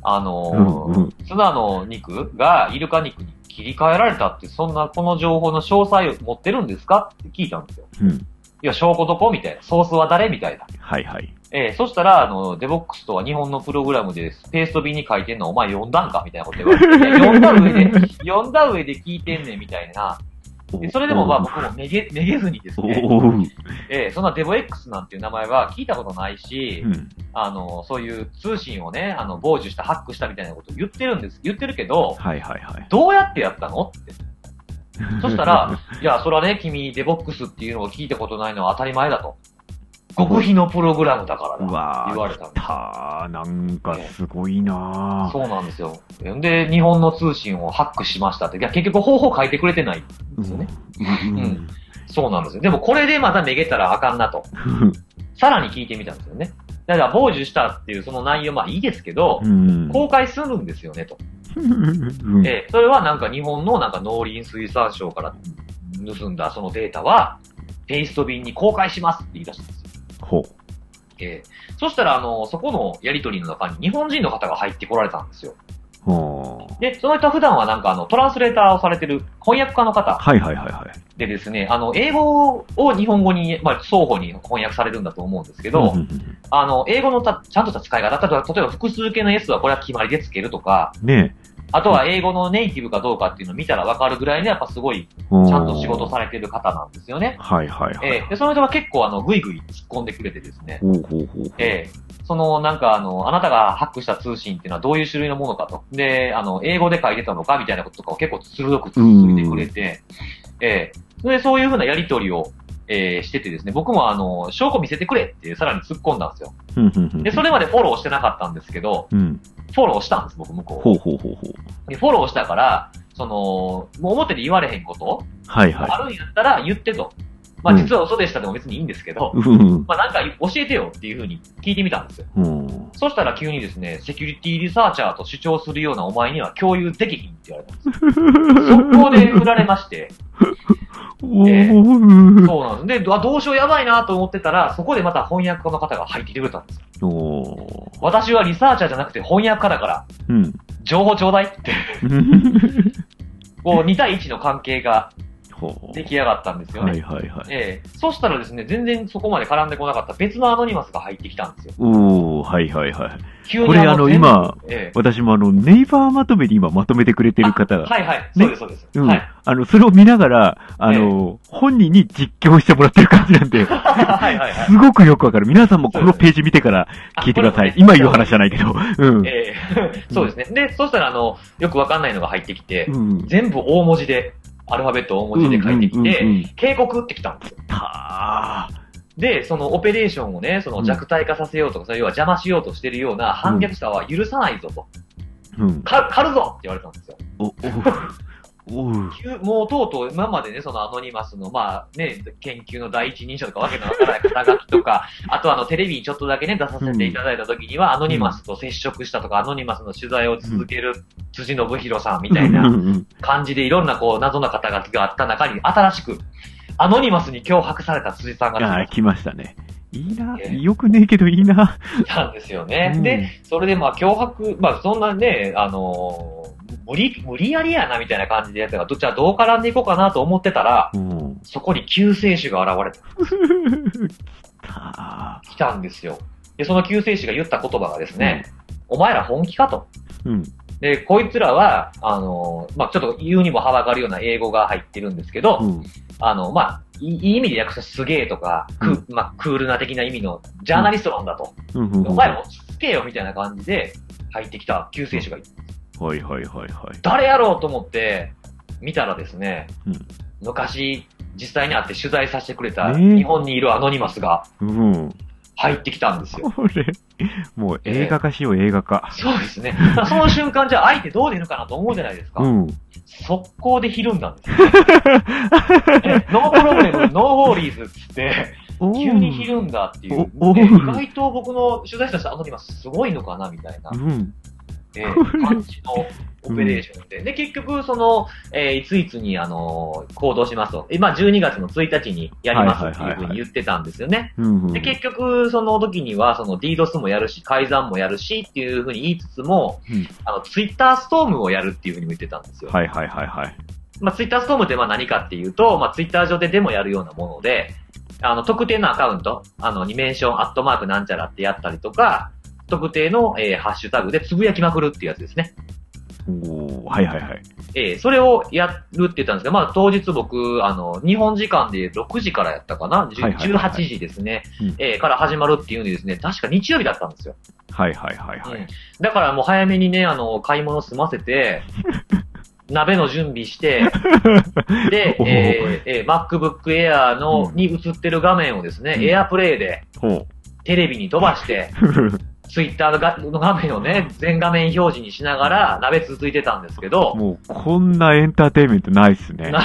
[SPEAKER 2] あのー
[SPEAKER 1] うんうん
[SPEAKER 2] ツナの肉がイルカ肉に切り替えられたって、そんなこの情報の詳細を持ってるんですかって聞いたんですよ。
[SPEAKER 1] うん。
[SPEAKER 2] いや、証拠どこみたいな。ソースは誰みたいな。
[SPEAKER 1] はいはい。
[SPEAKER 2] えーそしたら、あの、デボックスとは日本のプログラムでペースト便に書いてんのお前読んだんかみたいなこと言われて、いや読んだ上で、読んだ上で聞いてんねんみたいな。でそれでもまあ僕もめげ、めげずにです
[SPEAKER 1] お
[SPEAKER 2] ね、
[SPEAKER 1] おう。
[SPEAKER 2] えーそんなデボ X なんていう名前は聞いたことないし、
[SPEAKER 1] うん。
[SPEAKER 2] あの、そういう通信をね、あの、傍受した、ハックしたみたいなこと言ってるんです。言ってるけど、
[SPEAKER 1] はいはいはい。
[SPEAKER 2] どうやってやったのって。そし たら、いや、そらね、君、デボックスっていうのを聞いたことないのは当たり前だと。極秘のプログラムだから
[SPEAKER 1] う
[SPEAKER 2] だ。
[SPEAKER 1] わー
[SPEAKER 2] 言われたんです
[SPEAKER 1] たー、なんかすごいな
[SPEAKER 2] そうなんですよ。で、日本の通信をハックしましたって。いや、結局方法書いてくれてないんですよね。
[SPEAKER 1] うん。うん。
[SPEAKER 2] そうなんですよ。でもこれでまためげたらあかんなと。さらに聞いてみたんですよね。だから、傍受したっていうその内容、まあいいですけど
[SPEAKER 1] う、ん。
[SPEAKER 2] 公開するんですよね、と。
[SPEAKER 1] ううん
[SPEAKER 2] ええ、それはなんか日本のなんか農林水産省から盗んだそのデータは、ペースト便に公開しますって言い出したんですよ。
[SPEAKER 1] ほう。
[SPEAKER 2] ええ、そしたら、あの、そこのやりとりの中に日本人の方が入ってこられたんですよ。
[SPEAKER 1] ほう。
[SPEAKER 2] で、その人は普段はなんかあの、トランスレーターをされてる翻訳家の方
[SPEAKER 1] はいはいはいはい。
[SPEAKER 2] でですね、あの、英語を日本語に、まあ、双方に翻訳されるんだと思うんですけど、
[SPEAKER 1] うんうんうん
[SPEAKER 2] あの、英語のたちゃんとした使い方、例えば、例えば複数形の S はこれは決まりでつけるとか、
[SPEAKER 1] ね
[SPEAKER 2] あとは英語のネイティブかどうかっていうのを見たらわかるぐらいね、やっぱすごい、
[SPEAKER 1] え。ち
[SPEAKER 2] ちゃんと仕事されてる方なんですよね。
[SPEAKER 1] はいはいはい。
[SPEAKER 2] ええで、その人が結構あの、ぐいぐい突っ込んでくれてですね、
[SPEAKER 1] ほうほうほう。
[SPEAKER 2] ええその、なんかあの、あなたがハックした通信っていうのはどういう種類のものかと。で、あの、英語で書いてたのかみたいなこととかを結構鋭くつついてくれて、ええそれでそういうふうなやりとりを、ええしててですね、僕もあの、証拠見せてくれってさらに突っ込んだんですよ。
[SPEAKER 1] うんうんうん
[SPEAKER 2] で、それまでフォローしてなかったんですけど、
[SPEAKER 1] うん。
[SPEAKER 2] フォローしたんです、僕向こ
[SPEAKER 1] ほうほうほうほう。
[SPEAKER 2] う。で、フォローしたから、その、もう表で言われへんこと、
[SPEAKER 1] はいは
[SPEAKER 2] あるんやったら言ってと。まあ
[SPEAKER 1] うん
[SPEAKER 2] 実は嘘でしたでも別にいいんですけど、
[SPEAKER 1] い。うん
[SPEAKER 2] まあなんか教えてよっていうふうに聞いてみたんですよ。
[SPEAKER 1] うん。
[SPEAKER 2] そしたら急にですね、セキュリティリサーチャーと主張するようなお前には共有できひんって言われたんです。速攻で振られまして、
[SPEAKER 1] お
[SPEAKER 2] ええ
[SPEAKER 1] ー
[SPEAKER 2] そうなんです。で、あどうしようやばいなと思ってたら、そこでまた翻訳家の方が入ってきてくれたんですよ。
[SPEAKER 1] おー
[SPEAKER 2] 私はリサーチャーじゃなくて翻訳家だから、
[SPEAKER 1] うん。
[SPEAKER 2] 情報ちょうだいって、こう2対1の関係が
[SPEAKER 1] ほ
[SPEAKER 2] 出来上がったんです
[SPEAKER 1] う。
[SPEAKER 2] よ
[SPEAKER 1] は
[SPEAKER 2] ね。
[SPEAKER 1] いはいはい。
[SPEAKER 2] ええそしたらですね、全然そこまで絡んでこなかった別のアノニマスが入ってきたんですよ。
[SPEAKER 1] おー、はいはいはい。
[SPEAKER 2] 急に
[SPEAKER 1] これあの、
[SPEAKER 2] 全部
[SPEAKER 1] 今、
[SPEAKER 2] ええ
[SPEAKER 1] 私もあの、ネイバーまとめで今まとめてくれてる方が、
[SPEAKER 2] はいはい。そうです、そうです。
[SPEAKER 1] うん。
[SPEAKER 2] はい。
[SPEAKER 1] あの、それを見ながら、あの、本人に実況してもらってる感じなんで、
[SPEAKER 2] はいはいはい。
[SPEAKER 1] すごくよくわかる。皆さんもこのページ見てから 聞いてください。今言う話じゃないけど、うん。
[SPEAKER 2] ええ そうですね。で、そしたら、あの、よくわかんないのが入ってきて、
[SPEAKER 1] うん。
[SPEAKER 2] 全部大文字で、アルファベット大文字で書いてきて、警告ってきたんですよ。
[SPEAKER 1] た
[SPEAKER 2] で、そのオペレーションをね、その弱体化させようとか、それ要は邪魔しようとしてるような反逆者は許さないぞと、
[SPEAKER 1] ー。うん。
[SPEAKER 2] か狩るぞって言われたんですよ。
[SPEAKER 1] お、おう、おう。
[SPEAKER 2] 急もうとうとう今までね、そのアノニマスの、まあね、研究の第一人者とかわけのわからない肩書きとか、 あとあのテレビにちょっとだけね、出させていただいた時には、アノニマスと接触したとか、アノニマスの取材を続ける辻信弘さん みたいな
[SPEAKER 1] うん
[SPEAKER 2] 感じでいろんなこう謎な肩書きがあった中に、新しく、アノニマスに脅迫された辻さん
[SPEAKER 1] あ
[SPEAKER 2] が
[SPEAKER 1] あ、来ましたね。いいな。
[SPEAKER 2] ええ
[SPEAKER 1] よくねえけどいいな。
[SPEAKER 2] 来たんですよね。
[SPEAKER 1] うん
[SPEAKER 2] で、それでまあ脅迫、まあそんなね、あのー無理、無理やりやなみたいな感じでやつが、どっちはどう絡んでいこうかなと思ってたら、
[SPEAKER 1] うん。
[SPEAKER 2] そこに救世主が現れて
[SPEAKER 1] 来た
[SPEAKER 2] 来たんですよ。で、その救世主が言った言葉がですね、お前ら本気かと。
[SPEAKER 1] ー。うん。
[SPEAKER 2] で、こいつらは、あのーまあ、ちょっと言うにもはばかるような英語が入ってるんですけど、
[SPEAKER 1] うん。
[SPEAKER 2] あの、まあ、いいい意味で訳すとすげえとか、クーまあ、クールな的な意味のジャーナリストなんだと。
[SPEAKER 1] うんうん。
[SPEAKER 2] お前ら落ち着けよみたいな感じで入ってきた救世主が、
[SPEAKER 1] はいはいはいはい。
[SPEAKER 2] 誰やろうと思って見たらですね、
[SPEAKER 1] うん
[SPEAKER 2] 昔実際に会って取材させてくれた
[SPEAKER 1] ねえ
[SPEAKER 2] 日本にいるアノニマスが
[SPEAKER 1] うん。
[SPEAKER 2] 入ってきたんですよ。
[SPEAKER 1] これ、もう映画化しよう映画化。
[SPEAKER 2] そうですね。だからその瞬間、じゃあ相手どう出るかなと思うじゃないですか。
[SPEAKER 1] うん。
[SPEAKER 2] 速攻でひるんだ んですよ、ね。ノープロブレム、ノーウォーリーズっつって、急にひるんだっていう。
[SPEAKER 1] おお
[SPEAKER 2] で意外と僕の取材者としてアノニマスすごいのかなみたいな
[SPEAKER 1] う、ん。
[SPEAKER 2] えー感じのオペレーションで。で、結局、その、えーいついつに、あのー行動しますと。今、12月の1日にやりますっていうふうに言ってたんですよね。
[SPEAKER 1] うん。
[SPEAKER 2] で、結局、その時には、その DDoS もやるし、改ざんもやるしっていうふうに言いつつも、
[SPEAKER 1] うん
[SPEAKER 2] あの、ツイッターストームをやるっていうふうにも言ってたんですよ。
[SPEAKER 1] はいはいはいはい。
[SPEAKER 2] まあ、ツイッターストームってまあ何かっていうと、まあ、ツイッター上でデモやるようなもので、あの、特定のアカウント、あの、にメンション、アットマークなんちゃらってやったりとか、特定の、えーハッシュタグでつぶやきまくるっていうやつですね。
[SPEAKER 1] おー、はいはいはい。
[SPEAKER 2] えーそれをやるって言ったんですけど、まあ、当日僕、あの、日本時間で6時からやったかな、じゅ
[SPEAKER 1] はいはいはいはい
[SPEAKER 2] 18時ですね、
[SPEAKER 1] うん
[SPEAKER 2] えーから始まるっていうんでですね、確か日曜日だったんですよ。
[SPEAKER 1] はいはいはいは
[SPEAKER 2] うん
[SPEAKER 1] い。
[SPEAKER 2] だからもう早めにね、あの、買い物済ませ て、鍋の準備して、で、
[SPEAKER 1] おー
[SPEAKER 2] えーえー MacBook Air の、
[SPEAKER 1] うん
[SPEAKER 2] に映ってる画面をですね、
[SPEAKER 1] うん
[SPEAKER 2] AirPlay で
[SPEAKER 1] ほ
[SPEAKER 2] テレビに飛ばして、
[SPEAKER 1] う。
[SPEAKER 2] Twitter のがの画面をね、全画面表示にしながら鍋続いてたんですけど、
[SPEAKER 1] もう、 こんなエンターテインメントないっすね。
[SPEAKER 2] な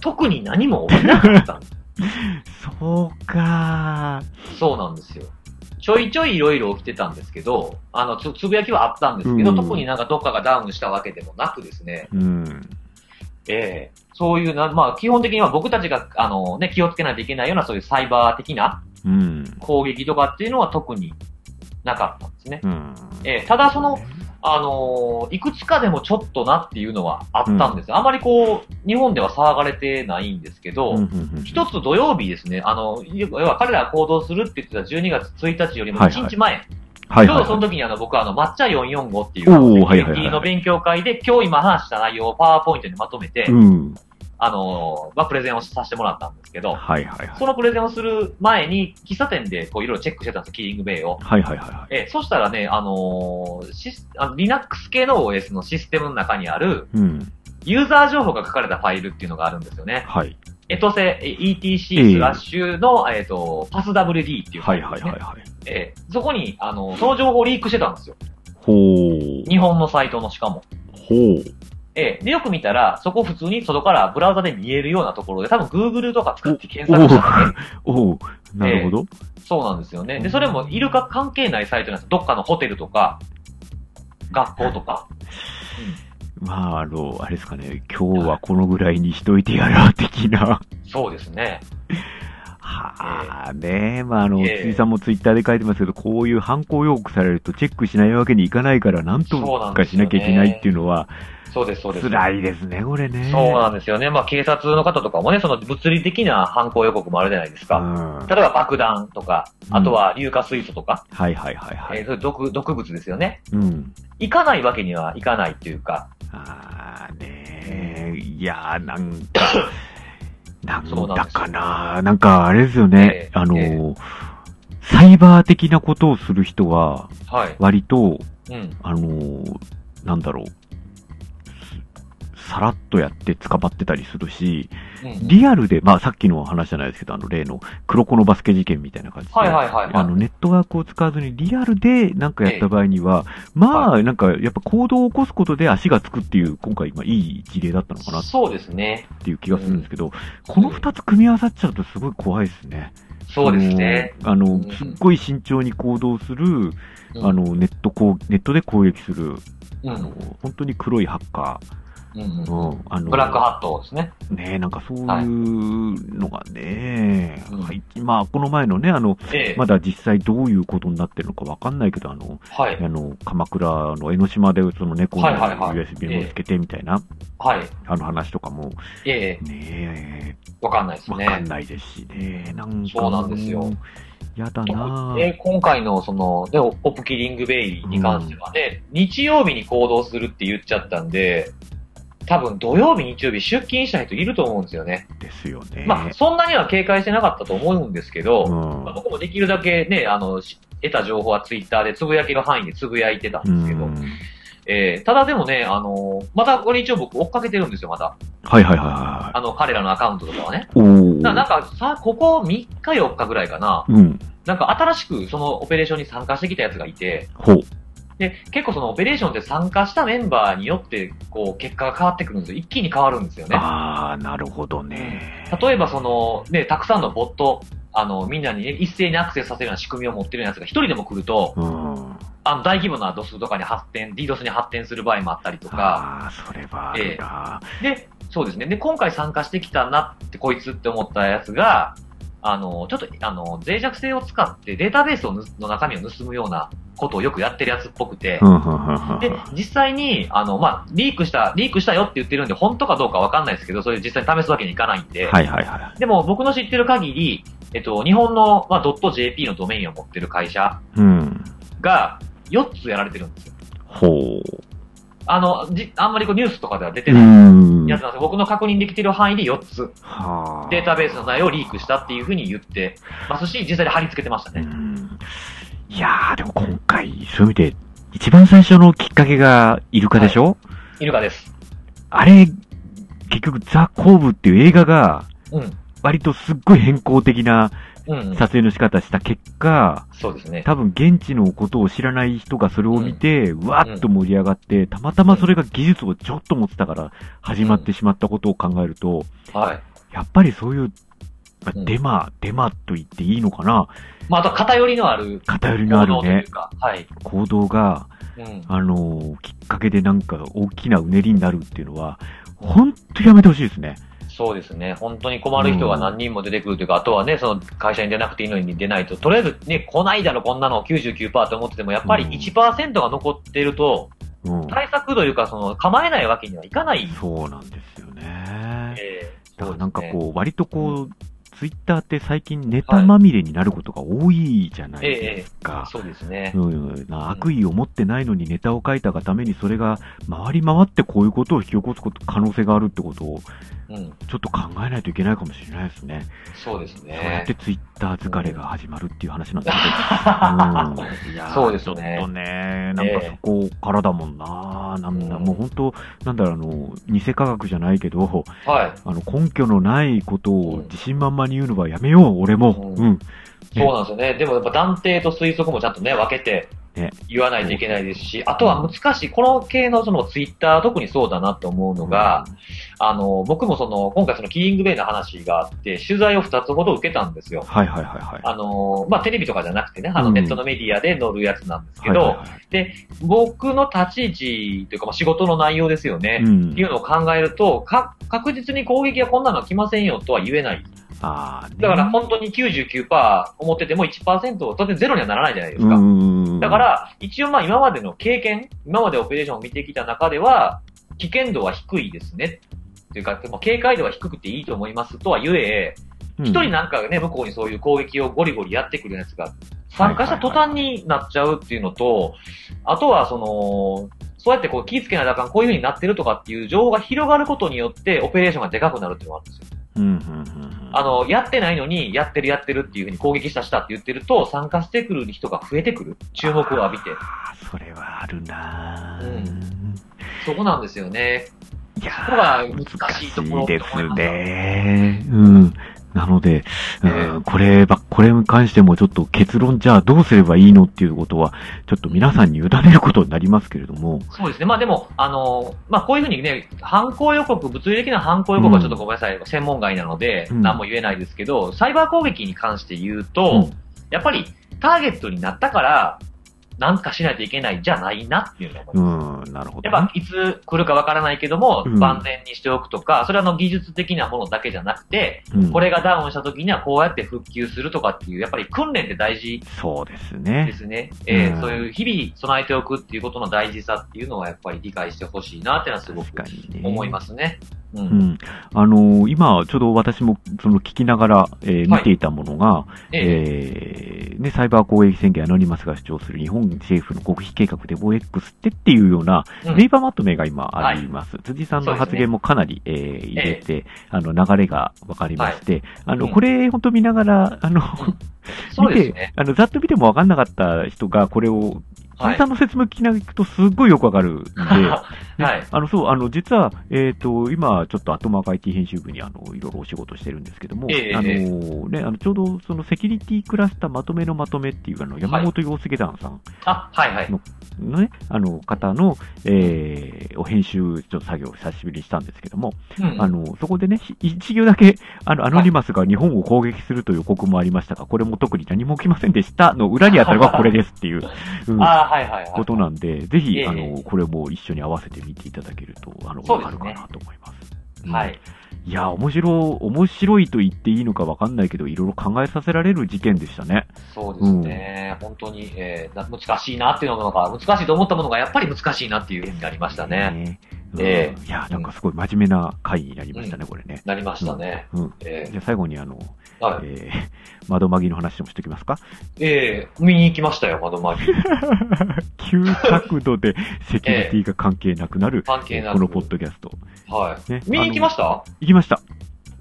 [SPEAKER 2] 特に何 も起きなかったんで
[SPEAKER 1] そうか
[SPEAKER 2] す。そうなんですよ。ちょいちょいいろいろ起きてたんですけど、あの、つつぶやきはあったんですけど、
[SPEAKER 1] うん
[SPEAKER 2] 特になんかどっかがダウンしたわけでもなくですね、
[SPEAKER 1] うん。
[SPEAKER 2] ええそういうな、まあ基本的には僕たちが、あのね、気をつけないといけないようなそういうサイバー的な
[SPEAKER 1] うん。
[SPEAKER 2] 攻撃とかっていうのは特になかったんですね。
[SPEAKER 1] うん。
[SPEAKER 2] ええただその、あのーいくつかでもちょっとなっていうのはあったんです。あまりこう、日本では騒がれてないんですけど、
[SPEAKER 1] うん、うんうん
[SPEAKER 2] 一つ土曜日ですね、あの、要は彼らが行動するって言ってた12月1日よりも
[SPEAKER 1] はいはい
[SPEAKER 2] 1日
[SPEAKER 1] は
[SPEAKER 2] 前、
[SPEAKER 1] い
[SPEAKER 2] ちょう
[SPEAKER 1] はい
[SPEAKER 2] どその
[SPEAKER 1] はい。
[SPEAKER 2] 時にあの、僕はあの、抹茶445っていう、
[SPEAKER 1] おーはい
[SPEAKER 2] セキュ
[SPEAKER 1] はいはい
[SPEAKER 2] リティの勉強会で、今日今話した内容をパワーポイントにまとめて、
[SPEAKER 1] うん。
[SPEAKER 2] あのーまあ、プレゼンをさせてもらったんですけ
[SPEAKER 1] は
[SPEAKER 2] ど、
[SPEAKER 1] いはいはい。
[SPEAKER 2] そのプレゼンをする前に、喫茶店でこう、いろいろチェックしてたんですよ、キーリングベイを。
[SPEAKER 1] はいはいはいはい。
[SPEAKER 2] えー、そしたらね、あのーシス、あの Linux 系の OS のシステムの中にある、
[SPEAKER 1] うん。
[SPEAKER 2] ユーザー情報が書かれたファイルっていうのがあるんですよね。
[SPEAKER 1] はい。
[SPEAKER 2] エトセ、え ETC スラッシュの、えっ、と、パス WD っていうフ
[SPEAKER 1] は
[SPEAKER 2] ァイ
[SPEAKER 1] い
[SPEAKER 2] ル
[SPEAKER 1] は
[SPEAKER 2] で
[SPEAKER 1] い
[SPEAKER 2] すね、
[SPEAKER 1] はいはい。
[SPEAKER 2] えーそこに、あの、その情報をリークしてたんですよ。
[SPEAKER 1] ほう。
[SPEAKER 2] 日本のサイトのしかも。
[SPEAKER 1] ほう。
[SPEAKER 2] えーで、よく見たら、そこ普通に外からブラウザで見えるようなところで、多分 Google とか使って検索しただけ。
[SPEAKER 1] おう。なるほど。
[SPEAKER 2] そうなんですよね。で、それもいるか関係ないサイトなんですどっかのホテルとか、学校とか。
[SPEAKER 1] まあ、あの、あれですかね。今日はこのぐらいにしといてやら、的な。
[SPEAKER 2] そうですね。
[SPEAKER 1] はあ、ねえ、まあ、あの、
[SPEAKER 2] ええ
[SPEAKER 1] 辻さんもツイッターで書いてますけど、こういう犯行要告されるとチェックしないわけにいかないから、なん
[SPEAKER 2] そう
[SPEAKER 1] と
[SPEAKER 2] なん
[SPEAKER 1] か
[SPEAKER 2] です
[SPEAKER 1] し
[SPEAKER 2] よ
[SPEAKER 1] な
[SPEAKER 2] ね
[SPEAKER 1] きゃいけないっていうのは、
[SPEAKER 2] そうです、そうです。
[SPEAKER 1] 辛いですね、これね。
[SPEAKER 2] そうなんですよね。まあ、警察の方とかもね、その物理的な犯行予告もあるじゃないですか。
[SPEAKER 1] うん。
[SPEAKER 2] 例えば爆弾とか、
[SPEAKER 1] うん
[SPEAKER 2] あとは硫化水素とか、
[SPEAKER 1] はいはいはいは
[SPEAKER 2] えー
[SPEAKER 1] い。
[SPEAKER 2] そういう毒毒物ですよね。
[SPEAKER 1] うん。
[SPEAKER 2] 行かないわけにはいかないっていうか、
[SPEAKER 1] ああ、ねえ、いやー、なんか、 なん
[SPEAKER 2] そうなん
[SPEAKER 1] だ
[SPEAKER 2] ですよ
[SPEAKER 1] かな、なんかあれですよね
[SPEAKER 2] ええ、
[SPEAKER 1] あ
[SPEAKER 2] え
[SPEAKER 1] の、サイバー的なことをする人は、
[SPEAKER 2] はい。
[SPEAKER 1] 割と、
[SPEAKER 2] うん。
[SPEAKER 1] あの、なんだろう、すさらっとやって捕まってたりするし、
[SPEAKER 2] うん、
[SPEAKER 1] リアルで、まあさっきの話じゃないですけど、あの例の黒子のバスケ事件みたいな感じで、
[SPEAKER 2] はいはいはい、
[SPEAKER 1] あの、
[SPEAKER 2] はい。
[SPEAKER 1] ネットワークを使わずにリアルでなんかやった場合には、まあ、なんかやっぱ行動を起こすことで足がつくっていう、今回、まあいい事例だったのかなっ
[SPEAKER 2] そうですね。
[SPEAKER 1] ていう気がするんですけど、この二つ組み合わさっちゃうとすごい怖いですね。
[SPEAKER 2] そうですね。
[SPEAKER 1] あの。あ
[SPEAKER 2] うん
[SPEAKER 1] の、すっごい慎重に行動する、
[SPEAKER 2] うん
[SPEAKER 1] あの、ネット攻、ネットで攻撃する、
[SPEAKER 2] う
[SPEAKER 1] あの
[SPEAKER 2] ん。
[SPEAKER 1] 本当に黒いハッカ
[SPEAKER 2] うん
[SPEAKER 1] ー、
[SPEAKER 2] うん
[SPEAKER 1] うん、あの、
[SPEAKER 2] ブラックハットですね。
[SPEAKER 1] ねえ、なんかそうい
[SPEAKER 2] はいう
[SPEAKER 1] のがね、
[SPEAKER 2] うん
[SPEAKER 1] はい、まあ、この前のね、あの、
[SPEAKER 2] ええ
[SPEAKER 1] まだ実際どういうことになってるのかわかんないけど、あの、
[SPEAKER 2] はい。
[SPEAKER 1] あの、鎌倉の江ノ島でその猫の
[SPEAKER 2] はいはいはい
[SPEAKER 1] USB をつけてみたいな、
[SPEAKER 2] はい。
[SPEAKER 1] あの話とかも、
[SPEAKER 2] ええ
[SPEAKER 1] ね
[SPEAKER 2] わかんないで
[SPEAKER 1] え、
[SPEAKER 2] す
[SPEAKER 1] わ
[SPEAKER 2] ね。
[SPEAKER 1] かんないですしね、なんか。
[SPEAKER 2] そうなんですよ。
[SPEAKER 1] やだなぁ
[SPEAKER 2] えー今回のその、ね、オポップキリングベイに関してはね、日曜日に行動するって言っちゃったんで、多分土曜日、日曜日出勤した人いると思うんですよね。
[SPEAKER 1] ですよね。
[SPEAKER 2] まあ、そんなには警戒してなかったと思うんですけど、
[SPEAKER 1] うん
[SPEAKER 2] まあ、僕もできるだけね、あの、し得た情報はツイッターでつぶやける範囲でつぶやいてたん
[SPEAKER 1] う
[SPEAKER 2] ですけど、
[SPEAKER 1] ん。
[SPEAKER 2] えーただでもね、あのまたこれ一応僕追っかけてるんですよ、まだ。
[SPEAKER 1] はいはいはいは
[SPEAKER 2] あの、彼らのアカウントとかはね。
[SPEAKER 1] い。おー
[SPEAKER 2] ななんかさ、ここ3日4日ぐらいかな、
[SPEAKER 1] うん。
[SPEAKER 2] なんか新しくそのオペレーションに参加してきたやつがいて、
[SPEAKER 1] ほう。
[SPEAKER 2] で、結構そのオペレーションって参加したメンバーによって、こう、結果が変わってくるんですよ。一気に変わるんですよね。
[SPEAKER 1] ああ、なるほどね。
[SPEAKER 2] 例えばその、ね、たくさんのボット、あの、みんなに、ね、一斉にアクセスさせるような仕組みを持ってるやつが一人でも来ると、
[SPEAKER 1] うん。
[SPEAKER 2] あの、大規模な DOS とかに発展、DDoS に発展する場合もあったりとか、
[SPEAKER 1] ああ、それはあるな
[SPEAKER 2] で、そうですね。で、今回参加してきたなって、こいつって思ったやつが、あの、ちょっと、あの、脆弱性を使ってデータベースをぬの中身を盗むようなことをよくやってるやつっぽくて、
[SPEAKER 1] うん、うん、うん、
[SPEAKER 2] で、実際に、あの、まあ、リークした、リークしたよって言ってるんで、本当かどうかわかんないですけど、それ実際に試すわけにいかないんで、
[SPEAKER 1] はいはいは
[SPEAKER 2] でも僕の知ってる限り、えっと、日本の、まあ、.jp のドメインを持ってる会社
[SPEAKER 1] い。うん。
[SPEAKER 2] が、4つやられてるんですよ。
[SPEAKER 1] ほ
[SPEAKER 2] あの、じ、あんまりこうニュースとかでは出
[SPEAKER 1] う。
[SPEAKER 2] て
[SPEAKER 1] う
[SPEAKER 2] ない
[SPEAKER 1] ん。
[SPEAKER 2] やつなんですよ。僕の確認できてる範囲で4つ、
[SPEAKER 1] はあ
[SPEAKER 2] データベースの内容をリークしたっていうふうに言ってますし、実際に貼り付けてました
[SPEAKER 1] う
[SPEAKER 2] ね。
[SPEAKER 1] んいやー、でも今回、そういう意味で、一番最初のきっかけがイルカでしょ、
[SPEAKER 2] イルカです。
[SPEAKER 1] あれ、結局、ザ・コーブっていう映画が、
[SPEAKER 2] うん。
[SPEAKER 1] 割とすっごい変更的な
[SPEAKER 2] うん。
[SPEAKER 1] 撮影の仕方した結果、
[SPEAKER 2] そうですね。
[SPEAKER 1] 多分現地のことを知らない人がそれを見て、うわーっと盛り上がって、たまたまそれが技術をちょっと持ってたから始まってしまったことを考えると、
[SPEAKER 2] はい。
[SPEAKER 1] やっぱりそういうま
[SPEAKER 2] う
[SPEAKER 1] あ、
[SPEAKER 2] ん
[SPEAKER 1] デマ、デマと言っていいのかな
[SPEAKER 2] まあ、あとは偏りのある
[SPEAKER 1] 偏りのあ
[SPEAKER 2] 行
[SPEAKER 1] る
[SPEAKER 2] 動とい
[SPEAKER 1] ね
[SPEAKER 2] う、か、はい。
[SPEAKER 1] 行動が、
[SPEAKER 2] うん。
[SPEAKER 1] あのーきっかけでなんか大きなうねりになるっていうのは、ほんとやめてほしいですね。
[SPEAKER 2] そうですね。本当に困る人が何人も出てくるというか、あとはね、その会社に出なくていいのに出ないと、とりあえずね、来ないだろ、こんなの99%と思ってても、やっぱり
[SPEAKER 1] うん
[SPEAKER 2] 1%が残ってると、
[SPEAKER 1] うん。
[SPEAKER 2] 対策というか、その、構えないわけにはいかない。
[SPEAKER 1] そうなんですよね。
[SPEAKER 2] えー
[SPEAKER 1] だ
[SPEAKER 2] そ
[SPEAKER 1] から
[SPEAKER 2] うですね
[SPEAKER 1] なんかこう、割とこう、ツイッターって最近ネタまみれになることが多いじゃないですか。
[SPEAKER 2] そうですね。
[SPEAKER 1] うん、な悪意を持ってないのにネタを書いたがためにそれが回り回ってこういうことを引き起こすこと可能性があるってことを
[SPEAKER 2] うん。
[SPEAKER 1] ちょっと考えないといけないかもしれないですね。
[SPEAKER 2] そうです
[SPEAKER 1] そうや
[SPEAKER 2] ね
[SPEAKER 1] って。ツイッター疲れが 始まるっていう話なんですけど。うんいやー
[SPEAKER 2] そうですね
[SPEAKER 1] ちょっとね、なんかそこからだもんな。なんだ、
[SPEAKER 2] うん
[SPEAKER 1] もう本当、なんだろう、あの、偽科学じゃないけど、
[SPEAKER 2] は
[SPEAKER 1] あ
[SPEAKER 2] い。
[SPEAKER 1] の、根拠のないこと
[SPEAKER 2] うん
[SPEAKER 1] を自信満々に言うのはやめよう、俺も。う
[SPEAKER 2] う
[SPEAKER 1] んん。
[SPEAKER 2] そうなんですよね。でもやっぱ断定と推測もちゃんとね、分けて
[SPEAKER 1] ね
[SPEAKER 2] 言わないといけないですし、あとは難しい、この系のそのツイッター特にそうだなと思うのが、あの、僕もその、今回そのキーイングベイの話があって、取材を2つほど受けたんですよ。
[SPEAKER 1] はいはいはいはい。
[SPEAKER 2] あの、まあ、テレビとかじゃなくてね、あの、
[SPEAKER 1] うん
[SPEAKER 2] ネットのメディアで載るやつなんですけ
[SPEAKER 1] はい
[SPEAKER 2] ど
[SPEAKER 1] は、いはい
[SPEAKER 2] 僕の立ち位置というか、まあ、仕事の内容ですよね。
[SPEAKER 1] うん
[SPEAKER 2] っていうのを考えると、か、確実に攻撃はこんなのは来ませんよとは言えない。
[SPEAKER 1] ああ、ね
[SPEAKER 2] だから本当に99%思ってても1%を当然ゼロにはならないじゃないです
[SPEAKER 1] う
[SPEAKER 2] か。
[SPEAKER 1] ん
[SPEAKER 2] だから、一応まあ今までの経験、今までオペレーションを見てきた中では、危険度は低いですね。というか、でも警戒度は低くていいと思いますとはゆえ、一、人なんかがね、向こうにそういう攻撃をゴリゴリやってくるやつが、参加した途端になっちゃうっていうのと、あとはその、そうやってこう気ぃつけないとあかん、こういう風になってるとかっていう情報が広がることによって、オペレーションがでかくなるっていうのがあるんですよ。
[SPEAKER 1] うんうんうんうん
[SPEAKER 2] あの、やってないのに、やってるやってるっていうふうに攻撃したしたって言ってると、参加してくる人が増えてくる。注目を浴びて。
[SPEAKER 1] あーそれはあるなぁ、
[SPEAKER 2] う
[SPEAKER 1] い
[SPEAKER 2] そこなんですよね。
[SPEAKER 1] や
[SPEAKER 2] そこが
[SPEAKER 1] ー
[SPEAKER 2] 難しいところ
[SPEAKER 1] 難しいですね。うん。なので、うん、これば、これに関してもちょっと結論じゃあどうすればいいのっていうことは、ちょっと皆さんに委ねることになりますけれども、
[SPEAKER 2] そうですね。まあでも、あの、まあこういうふうにね、犯行予告、物理的な犯行予告はちょっとごめんなさい、専門外なので、
[SPEAKER 1] うん
[SPEAKER 2] 何も言えないですけど、サイバー攻撃に関して言うと、やっぱりターゲットになったから、なんかしないといけないじゃないなっていうのが思いま
[SPEAKER 1] う
[SPEAKER 2] す
[SPEAKER 1] ん、うんなるほど
[SPEAKER 2] やっ
[SPEAKER 1] ね、
[SPEAKER 2] ぱ、いつ来るかわからないけども、
[SPEAKER 1] うん
[SPEAKER 2] 万全にしておくとか、それはあの技術的なものだけじゃなくて、
[SPEAKER 1] うん
[SPEAKER 2] これがダウンした時にはこうやって復旧するとかっていう、やっぱり訓練って大事
[SPEAKER 1] そうです
[SPEAKER 2] で
[SPEAKER 1] ね。
[SPEAKER 2] すね。えー
[SPEAKER 1] うん
[SPEAKER 2] そういう日々備えておくっていうことの大事さっていうのはやっぱり理解してほしいなってのはすご
[SPEAKER 1] 確
[SPEAKER 2] く
[SPEAKER 1] かにね。
[SPEAKER 2] 思いますね。う。
[SPEAKER 1] うんん。あのー今、ちょうど私も、その聞きながら、えー
[SPEAKER 2] はい
[SPEAKER 1] 見ていたものが、
[SPEAKER 2] ええ
[SPEAKER 1] えーね、サイバー攻撃宣言アノニマスが主張する日本政府の極秘計画で防衛 X ってっていうような、
[SPEAKER 2] うん
[SPEAKER 1] レイバーまとめが今あります。辻さん
[SPEAKER 2] そう
[SPEAKER 1] の
[SPEAKER 2] です
[SPEAKER 1] 発
[SPEAKER 2] ね
[SPEAKER 1] 言もかなり、えー入れて、あの、流れが分かりまして、あ
[SPEAKER 2] う
[SPEAKER 1] の、
[SPEAKER 2] ん
[SPEAKER 1] これ、本当見ながら、あの、
[SPEAKER 2] そう
[SPEAKER 1] 見
[SPEAKER 2] で
[SPEAKER 1] て、
[SPEAKER 2] すね。
[SPEAKER 1] あの、ざっと見ても分かんなかった人が、これを、
[SPEAKER 2] は
[SPEAKER 1] 辻
[SPEAKER 2] い
[SPEAKER 1] さ。んの説明聞きながら聞くと、すっごいよくわかるんで、ね
[SPEAKER 2] はい。
[SPEAKER 1] あの、そう、あの、実は、えっ、と、今、ちょっと、アットマーク IT 編集部に、あの、いろいろお仕事してるんですけども、
[SPEAKER 2] ええ
[SPEAKER 1] あの、ね、あの、ちょうど、その、セキュリティクラスターまとめのまとめっていう、あの、山本洋介団さん
[SPEAKER 2] あ、はいはい。
[SPEAKER 1] のね、あの、方の、えー、お編集、ちょっと作業を久しぶりにしたんですけども、
[SPEAKER 2] うん
[SPEAKER 1] あの、そこでね、ひ一行だけ、あの、アノニマスが日本を攻撃するという予告もありましたが、これも特に何も起きませんでしたの裏にあったのがこれですって いう、うん
[SPEAKER 2] あーはいはいはい。
[SPEAKER 1] ことなんで、ぜひ、
[SPEAKER 2] ええ
[SPEAKER 1] あの、これも一緒に合わせて見ていただけると、あの、
[SPEAKER 2] そう
[SPEAKER 1] わ
[SPEAKER 2] で
[SPEAKER 1] か
[SPEAKER 2] すね
[SPEAKER 1] るかなと思います。うん
[SPEAKER 2] はい。。
[SPEAKER 1] いや、面白、面白いと言っていいのかわかんないけど、いろいろ考えさせられる事件でしたね。
[SPEAKER 2] そうですね。本当に、えーな難しいなっていうのが、難しいと思ったものがやっぱり難しいなっていうふうになりましたね。
[SPEAKER 1] ね。うん
[SPEAKER 2] え
[SPEAKER 1] いや、なんかすごい真面目な回になりましたね、これね。
[SPEAKER 2] なりましたね。
[SPEAKER 1] うん。
[SPEAKER 2] え
[SPEAKER 1] じゃあ最後にあの、
[SPEAKER 2] ーはい。
[SPEAKER 1] えー、 窓マギの話でもしておきますか
[SPEAKER 2] えー見に行きましたよ、窓巻き。
[SPEAKER 1] 急角度 でセキュリティが関係なくなる、
[SPEAKER 2] 関係なく
[SPEAKER 1] このポッドキャスト。
[SPEAKER 2] は
[SPEAKER 1] ね
[SPEAKER 2] い。見に行きま
[SPEAKER 1] し
[SPEAKER 2] した
[SPEAKER 1] 行きました。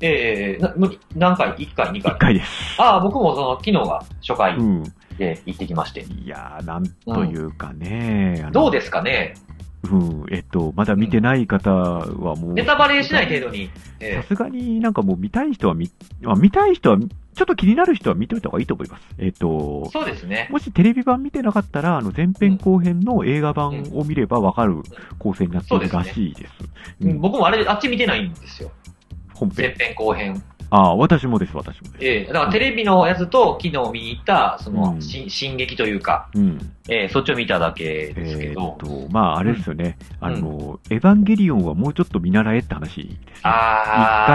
[SPEAKER 2] ええなむ何回 ?1 回、
[SPEAKER 1] 1
[SPEAKER 2] 2回。
[SPEAKER 1] 回です。
[SPEAKER 2] ああ、僕もその、昨日が初回
[SPEAKER 1] うん。
[SPEAKER 2] で行ってきまして。
[SPEAKER 1] いやー、なんというかね。あの
[SPEAKER 2] どうですかね
[SPEAKER 1] うん、えっと、まだ見てない方はもう、
[SPEAKER 2] ネタバレしない程度に。え
[SPEAKER 1] さすがになんかもう見たい人は見、まあ、見たい人は、ちょっと気になる人は見ておいた方がいいと思います。えっ
[SPEAKER 2] え
[SPEAKER 1] と、
[SPEAKER 2] そうですね。
[SPEAKER 1] もしテレビ版見てなかったら、あの、前編後編の映画版を見ればわかる構成になっているらしいです。うん
[SPEAKER 2] 僕もあれ、あっち見てないんですよ。
[SPEAKER 1] 本
[SPEAKER 2] 前
[SPEAKER 1] 編。
[SPEAKER 2] 編後編。
[SPEAKER 1] ああ、私もです、私もです。
[SPEAKER 2] ええだからテレビのやつと、昨日見に行った、その
[SPEAKER 1] う、ん
[SPEAKER 2] し進撃というか、
[SPEAKER 1] うん。
[SPEAKER 2] ええそっちを見ただけですけ
[SPEAKER 1] えーっ
[SPEAKER 2] ど、
[SPEAKER 1] と、まあ、あれですよね。あの、エヴァンゲリオンはもうちょっと見習えって話です、ね。一回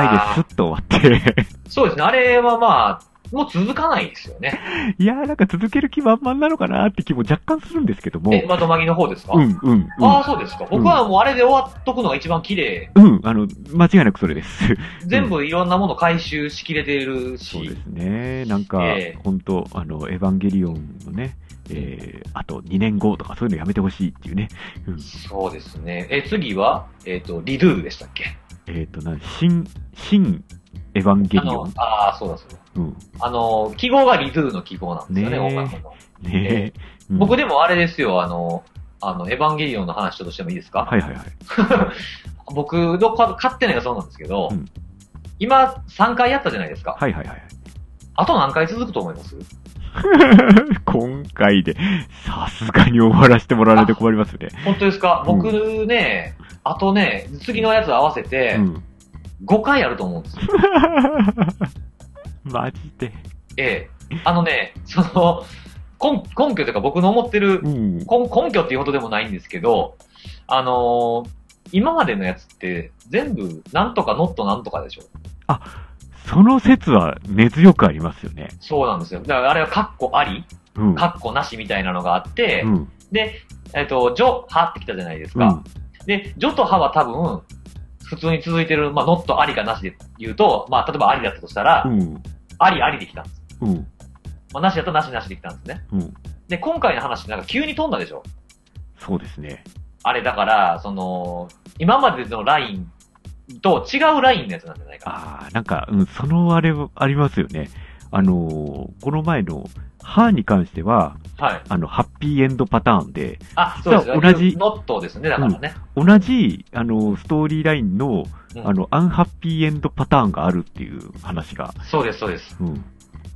[SPEAKER 2] あ
[SPEAKER 1] ですっと終わって。
[SPEAKER 2] ー、そうですね。あれはまあ、もう続かないですよね。
[SPEAKER 1] いやー、なんか続ける気満々なのかなって気も若干するんですけども。
[SPEAKER 2] え、まとまぎの方ですか、
[SPEAKER 1] うん、うん、
[SPEAKER 2] ああ、そうですか。僕はもうあれで終わっとくのが一番綺麗。
[SPEAKER 1] うん。うん、あの、間違いなくそれです。
[SPEAKER 2] 全部いろんなもの回収しきれてる
[SPEAKER 1] そうで
[SPEAKER 2] し
[SPEAKER 1] す、ね。なんか、
[SPEAKER 2] ええ
[SPEAKER 1] 本当あの、エヴァンゲリオンのね、えー、あと2年後とかそういうのやめてほしいっていうね。
[SPEAKER 2] そうですね。え、次は、えっ、と、リドゥールでしたっけ
[SPEAKER 1] えっ、と、なん、新、新エヴァンゲ
[SPEAKER 2] あ
[SPEAKER 1] リオ
[SPEAKER 2] の
[SPEAKER 1] ン、。
[SPEAKER 2] ああ、そうだそうだ。
[SPEAKER 1] うん。
[SPEAKER 2] あの、記号がリドゥールの記号なんですよね、
[SPEAKER 1] ね
[SPEAKER 2] 音
[SPEAKER 1] え
[SPEAKER 2] 楽の。
[SPEAKER 1] ねえ。うん
[SPEAKER 2] 僕でもあれですよ、あの、あの、エヴァンゲリオンの話ちょっとしてもいいですか、
[SPEAKER 1] はいはいはい。
[SPEAKER 2] 僕のか勝手な予想なんですけど、
[SPEAKER 1] うん
[SPEAKER 2] 今3回やったじゃないですか。
[SPEAKER 1] はいはいはい。
[SPEAKER 2] あと何回続くと思います
[SPEAKER 1] 今回で、さすがに終わらせてもらわれて困りますよね。
[SPEAKER 2] 本当ですか
[SPEAKER 1] うん
[SPEAKER 2] 僕ね、あとね、次のやつ合わせて
[SPEAKER 1] うん。
[SPEAKER 2] 5回やると思うんですよ。
[SPEAKER 1] マジで。
[SPEAKER 2] ええ。あのね、その、根根拠というか僕の思ってる
[SPEAKER 1] うん。
[SPEAKER 2] 根根拠っていうほどでもないんですけど、あのー今までのやつって全部なんとかノットなんとかでしょ
[SPEAKER 1] その説は根強くありますよね。
[SPEAKER 2] そうなんですよ。だからあれはカッコあり、
[SPEAKER 1] うん。
[SPEAKER 2] カッコなしみたいなのがあって、
[SPEAKER 1] うん。
[SPEAKER 2] で、えっ、と、ジョ、ハってきたじゃないです
[SPEAKER 1] う
[SPEAKER 2] か。
[SPEAKER 1] ん。
[SPEAKER 2] で、ジョとハは多分、普通に続いてる、まあ、ノットありかなしで言うと、まあ、例えばありだったとしたら、
[SPEAKER 1] うん。
[SPEAKER 2] ありありできたんです。
[SPEAKER 1] うん。
[SPEAKER 2] まあ、なしだったらなしなしできたんですね。
[SPEAKER 1] うん。
[SPEAKER 2] で、今回の話ってなんか急に飛んだでしょ
[SPEAKER 1] そうですね。
[SPEAKER 2] あれだから、その、今までのラインと違うラインのやつなんじゃないかな。
[SPEAKER 1] ああ、なんか、うん、そのあれは、ありますよね。あのーこの前の、歯に関しては、
[SPEAKER 2] はい。
[SPEAKER 1] あの、ハッピーエンドパターンで、
[SPEAKER 2] あ、そうです
[SPEAKER 1] 実は同じ
[SPEAKER 2] ノットですね、だからね。
[SPEAKER 1] 同じ、あの、ストーリーラインの、
[SPEAKER 2] うん
[SPEAKER 1] あの、アンハッピーエンドパターンがあるっていう話が。
[SPEAKER 2] そうです、そうです。
[SPEAKER 1] うん。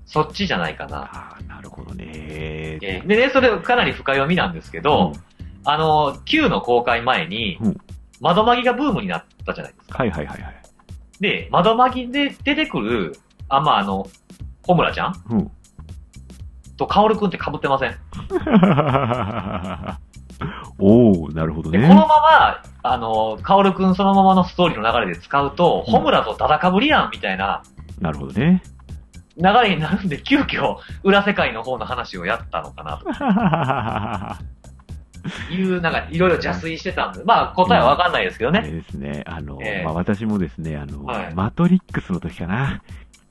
[SPEAKER 2] そっちじゃないかな。
[SPEAKER 1] ああ、なるほどね。
[SPEAKER 2] えーでね、それかなり深読みなんですけど、
[SPEAKER 1] うん
[SPEAKER 2] あの、Q の公開前に
[SPEAKER 1] うん、
[SPEAKER 2] 窓マギがブームになったじゃないですか。
[SPEAKER 1] はいはいはいはい。
[SPEAKER 2] で、窓マギで出てくる、あ、まあ、あの、小村ちゃん
[SPEAKER 1] うん。
[SPEAKER 2] とカオルくんって被ってません。
[SPEAKER 1] おー、なるほど
[SPEAKER 2] で、
[SPEAKER 1] ね。
[SPEAKER 2] このまま、あの、カオルくんそのままのストーリーの流れで使うと、
[SPEAKER 1] うん
[SPEAKER 2] ホムラとダダかぶりやんみたいな
[SPEAKER 1] なるほど ね。
[SPEAKER 2] 流れになるんで、急遽、裏世界の方の話をやったのかな、
[SPEAKER 1] あ
[SPEAKER 2] という、なんか、いろいろ邪推してたんで、まあ、答えはわかんないですけどね。
[SPEAKER 1] れですね。あの、
[SPEAKER 2] ええ
[SPEAKER 1] まあ、私もですね、あの、
[SPEAKER 2] はい
[SPEAKER 1] マトリックスの時かな。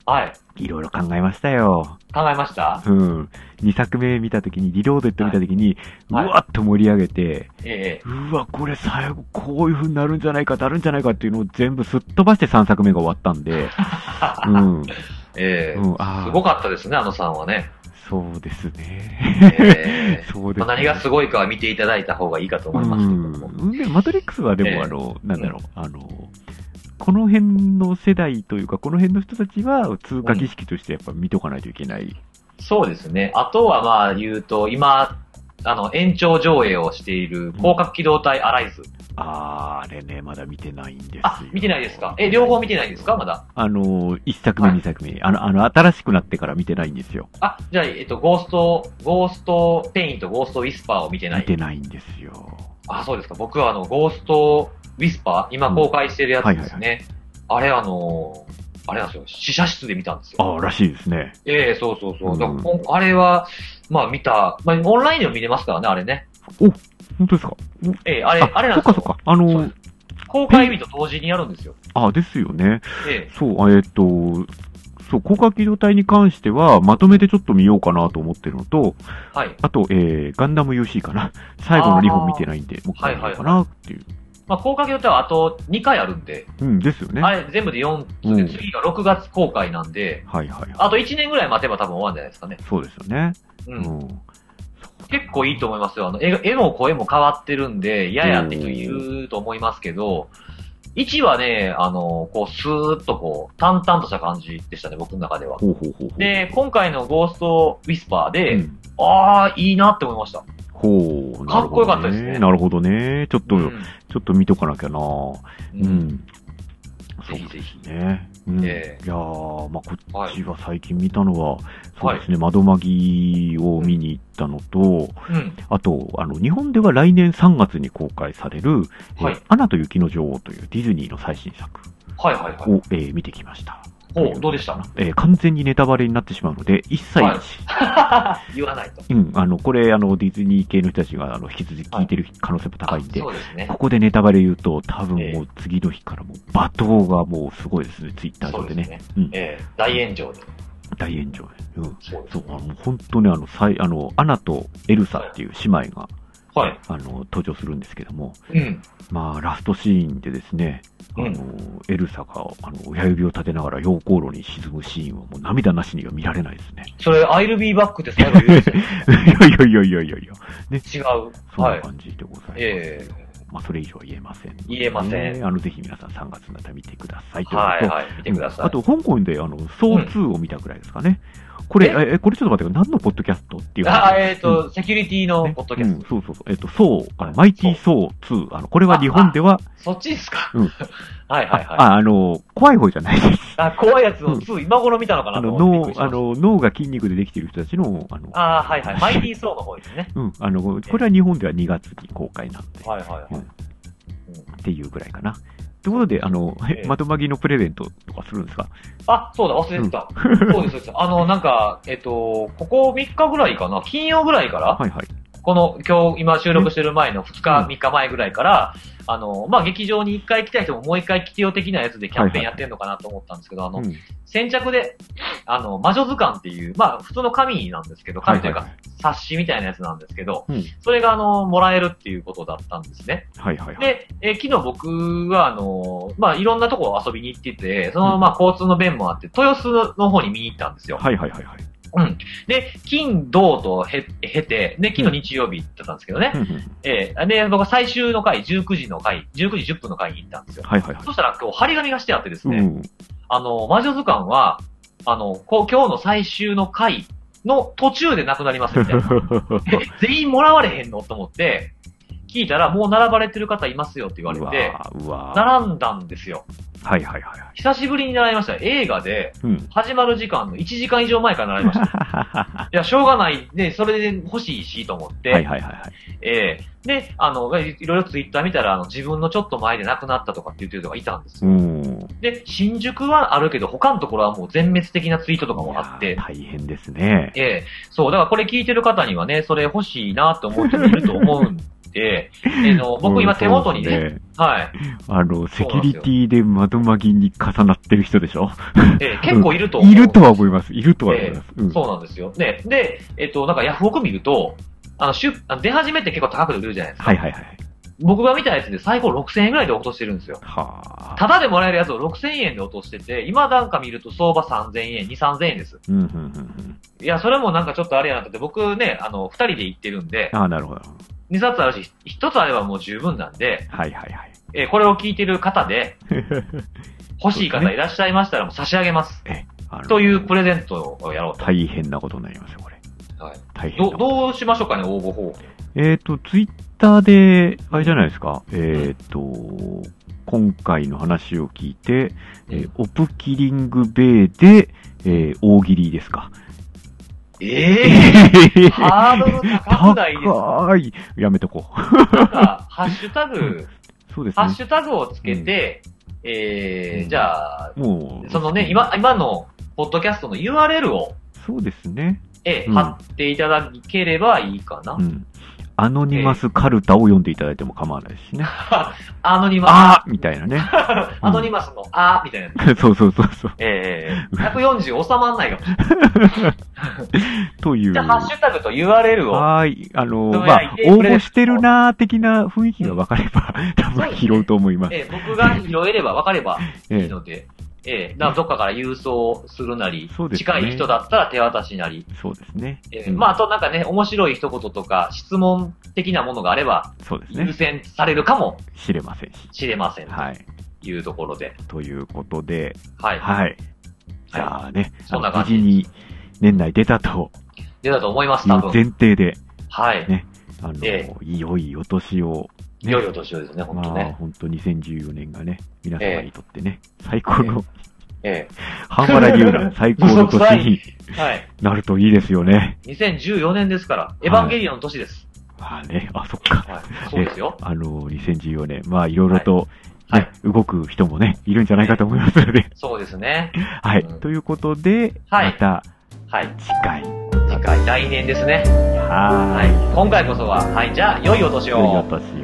[SPEAKER 2] はい。
[SPEAKER 1] いろいろ考えましたよ。
[SPEAKER 2] 考えました
[SPEAKER 1] うん。2作目見た時に、リロードって見た時に、
[SPEAKER 2] はいう
[SPEAKER 1] わっと盛り上げて、
[SPEAKER 2] ええ
[SPEAKER 1] うわ、これ最後、こういう風になるんじゃないか、なるんじゃないかっていうのを全部すっ飛ばして3作目が終わったん で、うん。うん、
[SPEAKER 2] ええ
[SPEAKER 1] あ
[SPEAKER 2] すご
[SPEAKER 1] あ、
[SPEAKER 2] かったですね、あのさんはね。
[SPEAKER 1] そうですね。
[SPEAKER 2] え え
[SPEAKER 1] そうで
[SPEAKER 2] ますあ、
[SPEAKER 1] ね。
[SPEAKER 2] 何がすごいかは見ていただいた方がいいかと思いますけども。
[SPEAKER 1] うん。で、マトリックスはでも、
[SPEAKER 2] ええ
[SPEAKER 1] あの、なんだろう、あの、この辺の世代というか、この辺の人たちは通過儀式としてやっぱ見とかないといけない。
[SPEAKER 2] そうですね。あとはまあ言うと、今、あの、延長上映をしている広角機動隊アライズ。
[SPEAKER 1] あー、あれね、まだ見てないんですよ。
[SPEAKER 2] あ、見てないですかえ、両方見てないですかまだ。
[SPEAKER 1] あの、1作目、
[SPEAKER 2] はい
[SPEAKER 1] 2作目、あの、あの、新しくなってから見てないんですよ。
[SPEAKER 2] あ、じゃあ、えっと、ゴースト、ゴーストペインとゴーストウィスパーを見てな
[SPEAKER 1] 見
[SPEAKER 2] い。
[SPEAKER 1] てないんですよ。
[SPEAKER 2] あ、そうですか。僕はあの、ゴーストウィスパー、今公開してるやつですね。あれあのーあれなんですよ。試写室で見たんですよ。
[SPEAKER 1] あー、らしいですね。
[SPEAKER 2] ええそうそうそう。だから
[SPEAKER 1] うん
[SPEAKER 2] こんあれは、まあ見た、まあオンラインでも見れますからね、あれね。
[SPEAKER 1] 本当ですか
[SPEAKER 2] ええあれ、あれなん
[SPEAKER 1] そっ
[SPEAKER 2] です
[SPEAKER 1] か
[SPEAKER 2] よ
[SPEAKER 1] そっか。あ
[SPEAKER 2] そう
[SPEAKER 1] の
[SPEAKER 2] で、公開日と同時にやるんですよ。
[SPEAKER 1] あ、ですよね。
[SPEAKER 2] え
[SPEAKER 1] そう、あえっと、そう、高架機動隊に関しては、まとめてちょっと見ようかなと思ってるのと、
[SPEAKER 2] えはい。
[SPEAKER 1] あと、えー、ガンダム UC かな。 最後の2本見てないんで、もう一回見ようかなっていう。
[SPEAKER 2] まあ、公開日とはあと2回あるんで、
[SPEAKER 1] うん、ですよね。
[SPEAKER 2] あ
[SPEAKER 1] はい
[SPEAKER 2] れ全部で4つ
[SPEAKER 1] う
[SPEAKER 2] で、
[SPEAKER 1] ん
[SPEAKER 2] 次が6月公開なんで、
[SPEAKER 1] はいは
[SPEAKER 2] あと1年ぐらい待てば多分終わるんじゃないですかね
[SPEAKER 1] い。。そうですよね。
[SPEAKER 2] う。
[SPEAKER 1] うんん。
[SPEAKER 2] 結構いいと思いますよ。あの、絵が絵も声も変わってるんで、ややって人言うと思いますけど、1はね、あの、こう、スーッとこう、淡々とした感じでしたね、僕の中では。
[SPEAKER 1] ほうほうほうほう。
[SPEAKER 2] で、今回のゴーストウィスパーで、
[SPEAKER 1] うん
[SPEAKER 2] ああ、いいなって思いました。
[SPEAKER 1] ほう、なるほどね
[SPEAKER 2] かっこよかったですね
[SPEAKER 1] なるほどね。ちょっと、
[SPEAKER 2] うん
[SPEAKER 1] ちょっと見とかなきゃな
[SPEAKER 2] う
[SPEAKER 1] うんん。
[SPEAKER 2] ぜひぜひ。
[SPEAKER 1] ね。うん。
[SPEAKER 2] ええ
[SPEAKER 1] いやー、まあ、こっちは最近見たのは、そうですね、窓マギを見に行ったのと、
[SPEAKER 2] うん。
[SPEAKER 1] あと、あの、日本では来年3月に公開される、えー
[SPEAKER 2] はい
[SPEAKER 1] アナと雪の女王というディズニーの最新作
[SPEAKER 2] はいはいはい。
[SPEAKER 1] を、えー見てきました。
[SPEAKER 2] おどうでした
[SPEAKER 1] えー完全にネタバレになってしまうので、一切、
[SPEAKER 2] はい言わないと。
[SPEAKER 1] うん、あの、これ、あの、ディズニー系の人たちが、あの、引き続き聞いてる可能性も高いんで、
[SPEAKER 2] あそうですね
[SPEAKER 1] こ。こでネタバレ言うと、多分
[SPEAKER 2] え
[SPEAKER 1] もう次の日からもう罵倒がもうすごいですね、ツイッター
[SPEAKER 2] そう
[SPEAKER 1] 上
[SPEAKER 2] で
[SPEAKER 1] ですね。
[SPEAKER 2] ね
[SPEAKER 1] うん。
[SPEAKER 2] ええ、大炎上で。
[SPEAKER 1] 大炎上。うん。
[SPEAKER 2] そうで
[SPEAKER 1] そ
[SPEAKER 2] す
[SPEAKER 1] う
[SPEAKER 2] ね、
[SPEAKER 1] あの、本当にあの、さい、あの、アナとエルサっていう姉妹が、
[SPEAKER 2] はい。
[SPEAKER 1] あの、登場するんですけども、
[SPEAKER 2] うん。
[SPEAKER 1] まあ、ラストシーンでですね、あ
[SPEAKER 2] う
[SPEAKER 1] の、
[SPEAKER 2] ん
[SPEAKER 1] エルサが、あの、親指を立てながら溶鉱炉に沈むシーンはもう涙なしには見られないです ね。
[SPEAKER 2] それ、アイルビーバックで最後言うやつ
[SPEAKER 1] いやいやいやいやいや、
[SPEAKER 2] 違う。
[SPEAKER 1] そん
[SPEAKER 2] は。
[SPEAKER 1] ない感じでございます。
[SPEAKER 2] え
[SPEAKER 1] まあ、それ以上は言えません。
[SPEAKER 2] 言えません
[SPEAKER 1] ねあの、ぜひ皆さん3月になったら見てください。
[SPEAKER 2] え。はい
[SPEAKER 1] い。
[SPEAKER 2] はい。見てください。
[SPEAKER 1] あと、香港で、あの、ソー2を見たぐらいですかね。これ、え、えこれちょっと待ってください、何のポッドキャストっていう
[SPEAKER 2] あ、
[SPEAKER 1] 話
[SPEAKER 2] えっ、と、セキュリティの
[SPEAKER 1] ね
[SPEAKER 2] ポッドキャスト。
[SPEAKER 1] うん、そうそうそう。えっと、ソー、あの
[SPEAKER 2] はい
[SPEAKER 1] マイティーソー2。あの、これは日本では、
[SPEAKER 2] そっちですか、
[SPEAKER 1] うん
[SPEAKER 2] はいはいはい。
[SPEAKER 1] あ、あの、怖い方じゃないです。
[SPEAKER 2] あ、怖いやつ
[SPEAKER 1] う
[SPEAKER 2] を
[SPEAKER 1] ん
[SPEAKER 2] 2、今頃見たのか
[SPEAKER 1] あ
[SPEAKER 2] なと
[SPEAKER 1] の、
[SPEAKER 2] 思ってびっく
[SPEAKER 1] 脳
[SPEAKER 2] りし、ま
[SPEAKER 1] あ
[SPEAKER 2] した。
[SPEAKER 1] の、脳が筋肉でできている人たちの、あの、
[SPEAKER 2] あーはいはい。マイティーソーの方ですね。
[SPEAKER 1] うん、あの、これは日本では2月に公開なんで、
[SPEAKER 2] はいはいはい。
[SPEAKER 1] っていうぐらいかな。ということで、あの、
[SPEAKER 2] ええ
[SPEAKER 1] まとまぎのプレゼントとかするんですか
[SPEAKER 2] あ、そうだ、忘れてた。そうです、そうです。あの、なんか、えっ、と、ここ3日ぐらいかな、金曜ぐらいから、
[SPEAKER 1] はいはい。
[SPEAKER 2] この、今日、今収録してる前の2
[SPEAKER 1] う
[SPEAKER 2] 日、
[SPEAKER 1] ん
[SPEAKER 2] 3日前ぐらいから、あの、まあ、劇場に1回来た人ももう1回来てよ的なやつでキャンペーンやってんのかなと思ったんですけど、あ
[SPEAKER 1] う
[SPEAKER 2] の、
[SPEAKER 1] ん
[SPEAKER 2] 先着で、あの、魔女図鑑っていう、まあ、普通の紙なんですけど、紙というか、冊子みたいなやつなんですけど、
[SPEAKER 1] うん
[SPEAKER 2] それが、あの、もらえるっていうことだったんですね。
[SPEAKER 1] はいはいはい。
[SPEAKER 2] で、えー昨日僕は、あのーまあ、いろんなとこ遊びに行ってて、その、まあ、交通の便もあって、豊洲の方に見に行ったんですよ。
[SPEAKER 1] はいはいはいはい。
[SPEAKER 2] うん。で、金、銅とへ、経て、で、昨日日曜日行ってたんですけどね。
[SPEAKER 1] うんうん
[SPEAKER 2] えーで、僕は最終の回、19時の回、19時10分の回に行ったんですよ。
[SPEAKER 1] はいはいはい
[SPEAKER 2] そしたら今日、張り紙がしてあってです
[SPEAKER 1] う
[SPEAKER 2] ね、
[SPEAKER 1] ん。
[SPEAKER 2] あの、魔女図鑑は、あの、こう今日の最終の回の途中でなくなり ま すみたいな。え全員もらわれへんのと思って、聞いたら、もう並ばれてる方いますよって言われ
[SPEAKER 1] うわ
[SPEAKER 2] て、
[SPEAKER 1] ーうわー
[SPEAKER 2] 並んだんですよ。
[SPEAKER 1] はいはいはいは
[SPEAKER 2] 久しぶりに習いました。映画で、
[SPEAKER 1] い。うん。
[SPEAKER 2] 始まる時間の1時間以上前から習い ました。い
[SPEAKER 1] は
[SPEAKER 2] や、しょうがない。ね、それで欲しいし、と思っ
[SPEAKER 1] い
[SPEAKER 2] て。
[SPEAKER 1] はいはいはい。
[SPEAKER 2] ええで、あの、いいろいろツイッター見たら、あの、自分のちょっと前で亡くなったとかって言ってる人がいたんです
[SPEAKER 1] う
[SPEAKER 2] よ。
[SPEAKER 1] ん。
[SPEAKER 2] で、新宿はあるけど、他のところはもう全滅的なツイートとかもあっ
[SPEAKER 1] いや
[SPEAKER 2] て
[SPEAKER 1] ー。大変ですね。
[SPEAKER 2] ええそう、だからこれ聞いてる方にはね、それ欲しいなと思っていると思うん で、えの、僕今手元に
[SPEAKER 1] うん
[SPEAKER 2] ね、
[SPEAKER 1] そうです
[SPEAKER 2] はい、
[SPEAKER 1] あの、セ
[SPEAKER 2] そう
[SPEAKER 1] キ
[SPEAKER 2] な
[SPEAKER 1] ュ
[SPEAKER 2] んで
[SPEAKER 1] リ
[SPEAKER 2] すよ
[SPEAKER 1] ティで窓まぎに重なってる人でしょ
[SPEAKER 2] ええ結構いると思う。
[SPEAKER 1] いるとは思います。いるとは思います。うん。
[SPEAKER 2] そうなんですよ。ね、で、えっと、なんかヤフオク見ると、あの、出、あの出始めって結構高く売るじゃないですか。
[SPEAKER 1] はいはいはい。
[SPEAKER 2] 僕が見たやつで最高6000円ぐらいで落としてるんですよ。
[SPEAKER 1] はあ。
[SPEAKER 2] ただでもらえるやつを6000円で落としてて、今なんか見ると相場3000円、2、3000円です。
[SPEAKER 1] うんうんうんうん。
[SPEAKER 2] いや、それもなんかちょっとあれやなとって、僕ね、あの、2人で行ってるんで、
[SPEAKER 1] ああ、なるほど。
[SPEAKER 2] 2冊あるし、1つあればもう十分なんで、
[SPEAKER 1] はいはいはい。
[SPEAKER 2] えーこれを聞いてる方 で、欲しい方いらっしゃいましたらもう差し上げます。
[SPEAKER 1] あの
[SPEAKER 2] というプレゼントをやろうと。
[SPEAKER 1] 大変なことになりますよ、これ。
[SPEAKER 2] はい。
[SPEAKER 1] 大変な
[SPEAKER 2] ど
[SPEAKER 1] こと。
[SPEAKER 2] どうしましょうかね、応募方法。
[SPEAKER 1] えっ、と、ツイッターで、あれじゃないですか、えっ、と、今回の話を聞いて、えーオプキリングベイで、えー大喜利ですか。
[SPEAKER 2] え ハードル高くないですか
[SPEAKER 1] 高い。やめとこ
[SPEAKER 2] なんか、ハッシュタグ、
[SPEAKER 1] う。そうです
[SPEAKER 2] ハッ
[SPEAKER 1] ね。
[SPEAKER 2] シュタグをつけて、え
[SPEAKER 1] う
[SPEAKER 2] ー、
[SPEAKER 1] ん
[SPEAKER 2] じゃあ、
[SPEAKER 1] もう。
[SPEAKER 2] そのね、今、今の、ポッドキャストの URL を、
[SPEAKER 1] そうですね。
[SPEAKER 2] えー、
[SPEAKER 1] うん
[SPEAKER 2] 貼っていただければいいかな
[SPEAKER 1] う。ん。アノニマスカルタを読んでいただいても構わないしね。
[SPEAKER 2] アノニマ
[SPEAKER 1] あーみたいなね。
[SPEAKER 2] ス、アノニマスのあーみたいなやつ。
[SPEAKER 1] そうそうそうそう。
[SPEAKER 2] えー、140収まんないかもしれない。
[SPEAKER 1] という。
[SPEAKER 2] じゃあ、ハッシュタグと URL を、
[SPEAKER 1] はーい。あの、
[SPEAKER 2] どう
[SPEAKER 1] ま
[SPEAKER 2] やら
[SPEAKER 1] あ
[SPEAKER 2] い、て
[SPEAKER 1] 応
[SPEAKER 2] くれる
[SPEAKER 1] 募してるなー的な雰囲気が分かれば、多分拾うと思います。
[SPEAKER 2] えー、僕が拾えれば分かれば
[SPEAKER 1] え
[SPEAKER 2] いいので、えー、だからどっかから郵送するなり、
[SPEAKER 1] そうですね
[SPEAKER 2] 近い人だったら手渡しなり、
[SPEAKER 1] えそうですね。
[SPEAKER 2] えー
[SPEAKER 1] うん
[SPEAKER 2] まあ、あとなんかね、面白い一言とか、質問的なものがあれば、
[SPEAKER 1] そうです
[SPEAKER 2] 優
[SPEAKER 1] ね。
[SPEAKER 2] 先されるかも
[SPEAKER 1] 知れませんし。
[SPEAKER 2] しれません。と
[SPEAKER 1] はい。
[SPEAKER 2] いうところで。
[SPEAKER 1] ということで、
[SPEAKER 2] はい。
[SPEAKER 1] はい。じゃあね、
[SPEAKER 2] そんな
[SPEAKER 1] あの
[SPEAKER 2] 感
[SPEAKER 1] 無
[SPEAKER 2] じ
[SPEAKER 1] 事に年内出たと
[SPEAKER 2] でだと思います、
[SPEAKER 1] いう
[SPEAKER 2] 多分。
[SPEAKER 1] 前提で、
[SPEAKER 2] はい。
[SPEAKER 1] ねあの、
[SPEAKER 2] え
[SPEAKER 1] 良いお年を
[SPEAKER 2] いよいよ年をですね、本当
[SPEAKER 1] まあ、
[SPEAKER 2] ね。
[SPEAKER 1] 本当2014年がね、皆様にとってね、最高の、
[SPEAKER 2] え
[SPEAKER 1] 半原龍 が最高の年に
[SPEAKER 2] え。はい。
[SPEAKER 1] なるといいですよね。
[SPEAKER 2] 2014年ですから、エヴァンゲリオンの年です。
[SPEAKER 1] まあね、あ、そっか。
[SPEAKER 2] はい。そうですよ。
[SPEAKER 1] あの、2014年、まあ、いろいろと、
[SPEAKER 2] は
[SPEAKER 1] ね
[SPEAKER 2] い。
[SPEAKER 1] 動く人もね、いるんじゃないかと思いますので、
[SPEAKER 2] そうですね。
[SPEAKER 1] はい。
[SPEAKER 2] うん
[SPEAKER 1] ということで、
[SPEAKER 2] は
[SPEAKER 1] ま
[SPEAKER 2] い
[SPEAKER 1] た
[SPEAKER 2] はい。
[SPEAKER 1] 次回。
[SPEAKER 2] 次回、来年ですね。
[SPEAKER 1] は
[SPEAKER 2] はい。今回こそは、はい。じゃあ、良いお年
[SPEAKER 1] ーい。
[SPEAKER 2] を
[SPEAKER 1] 良いお。年を。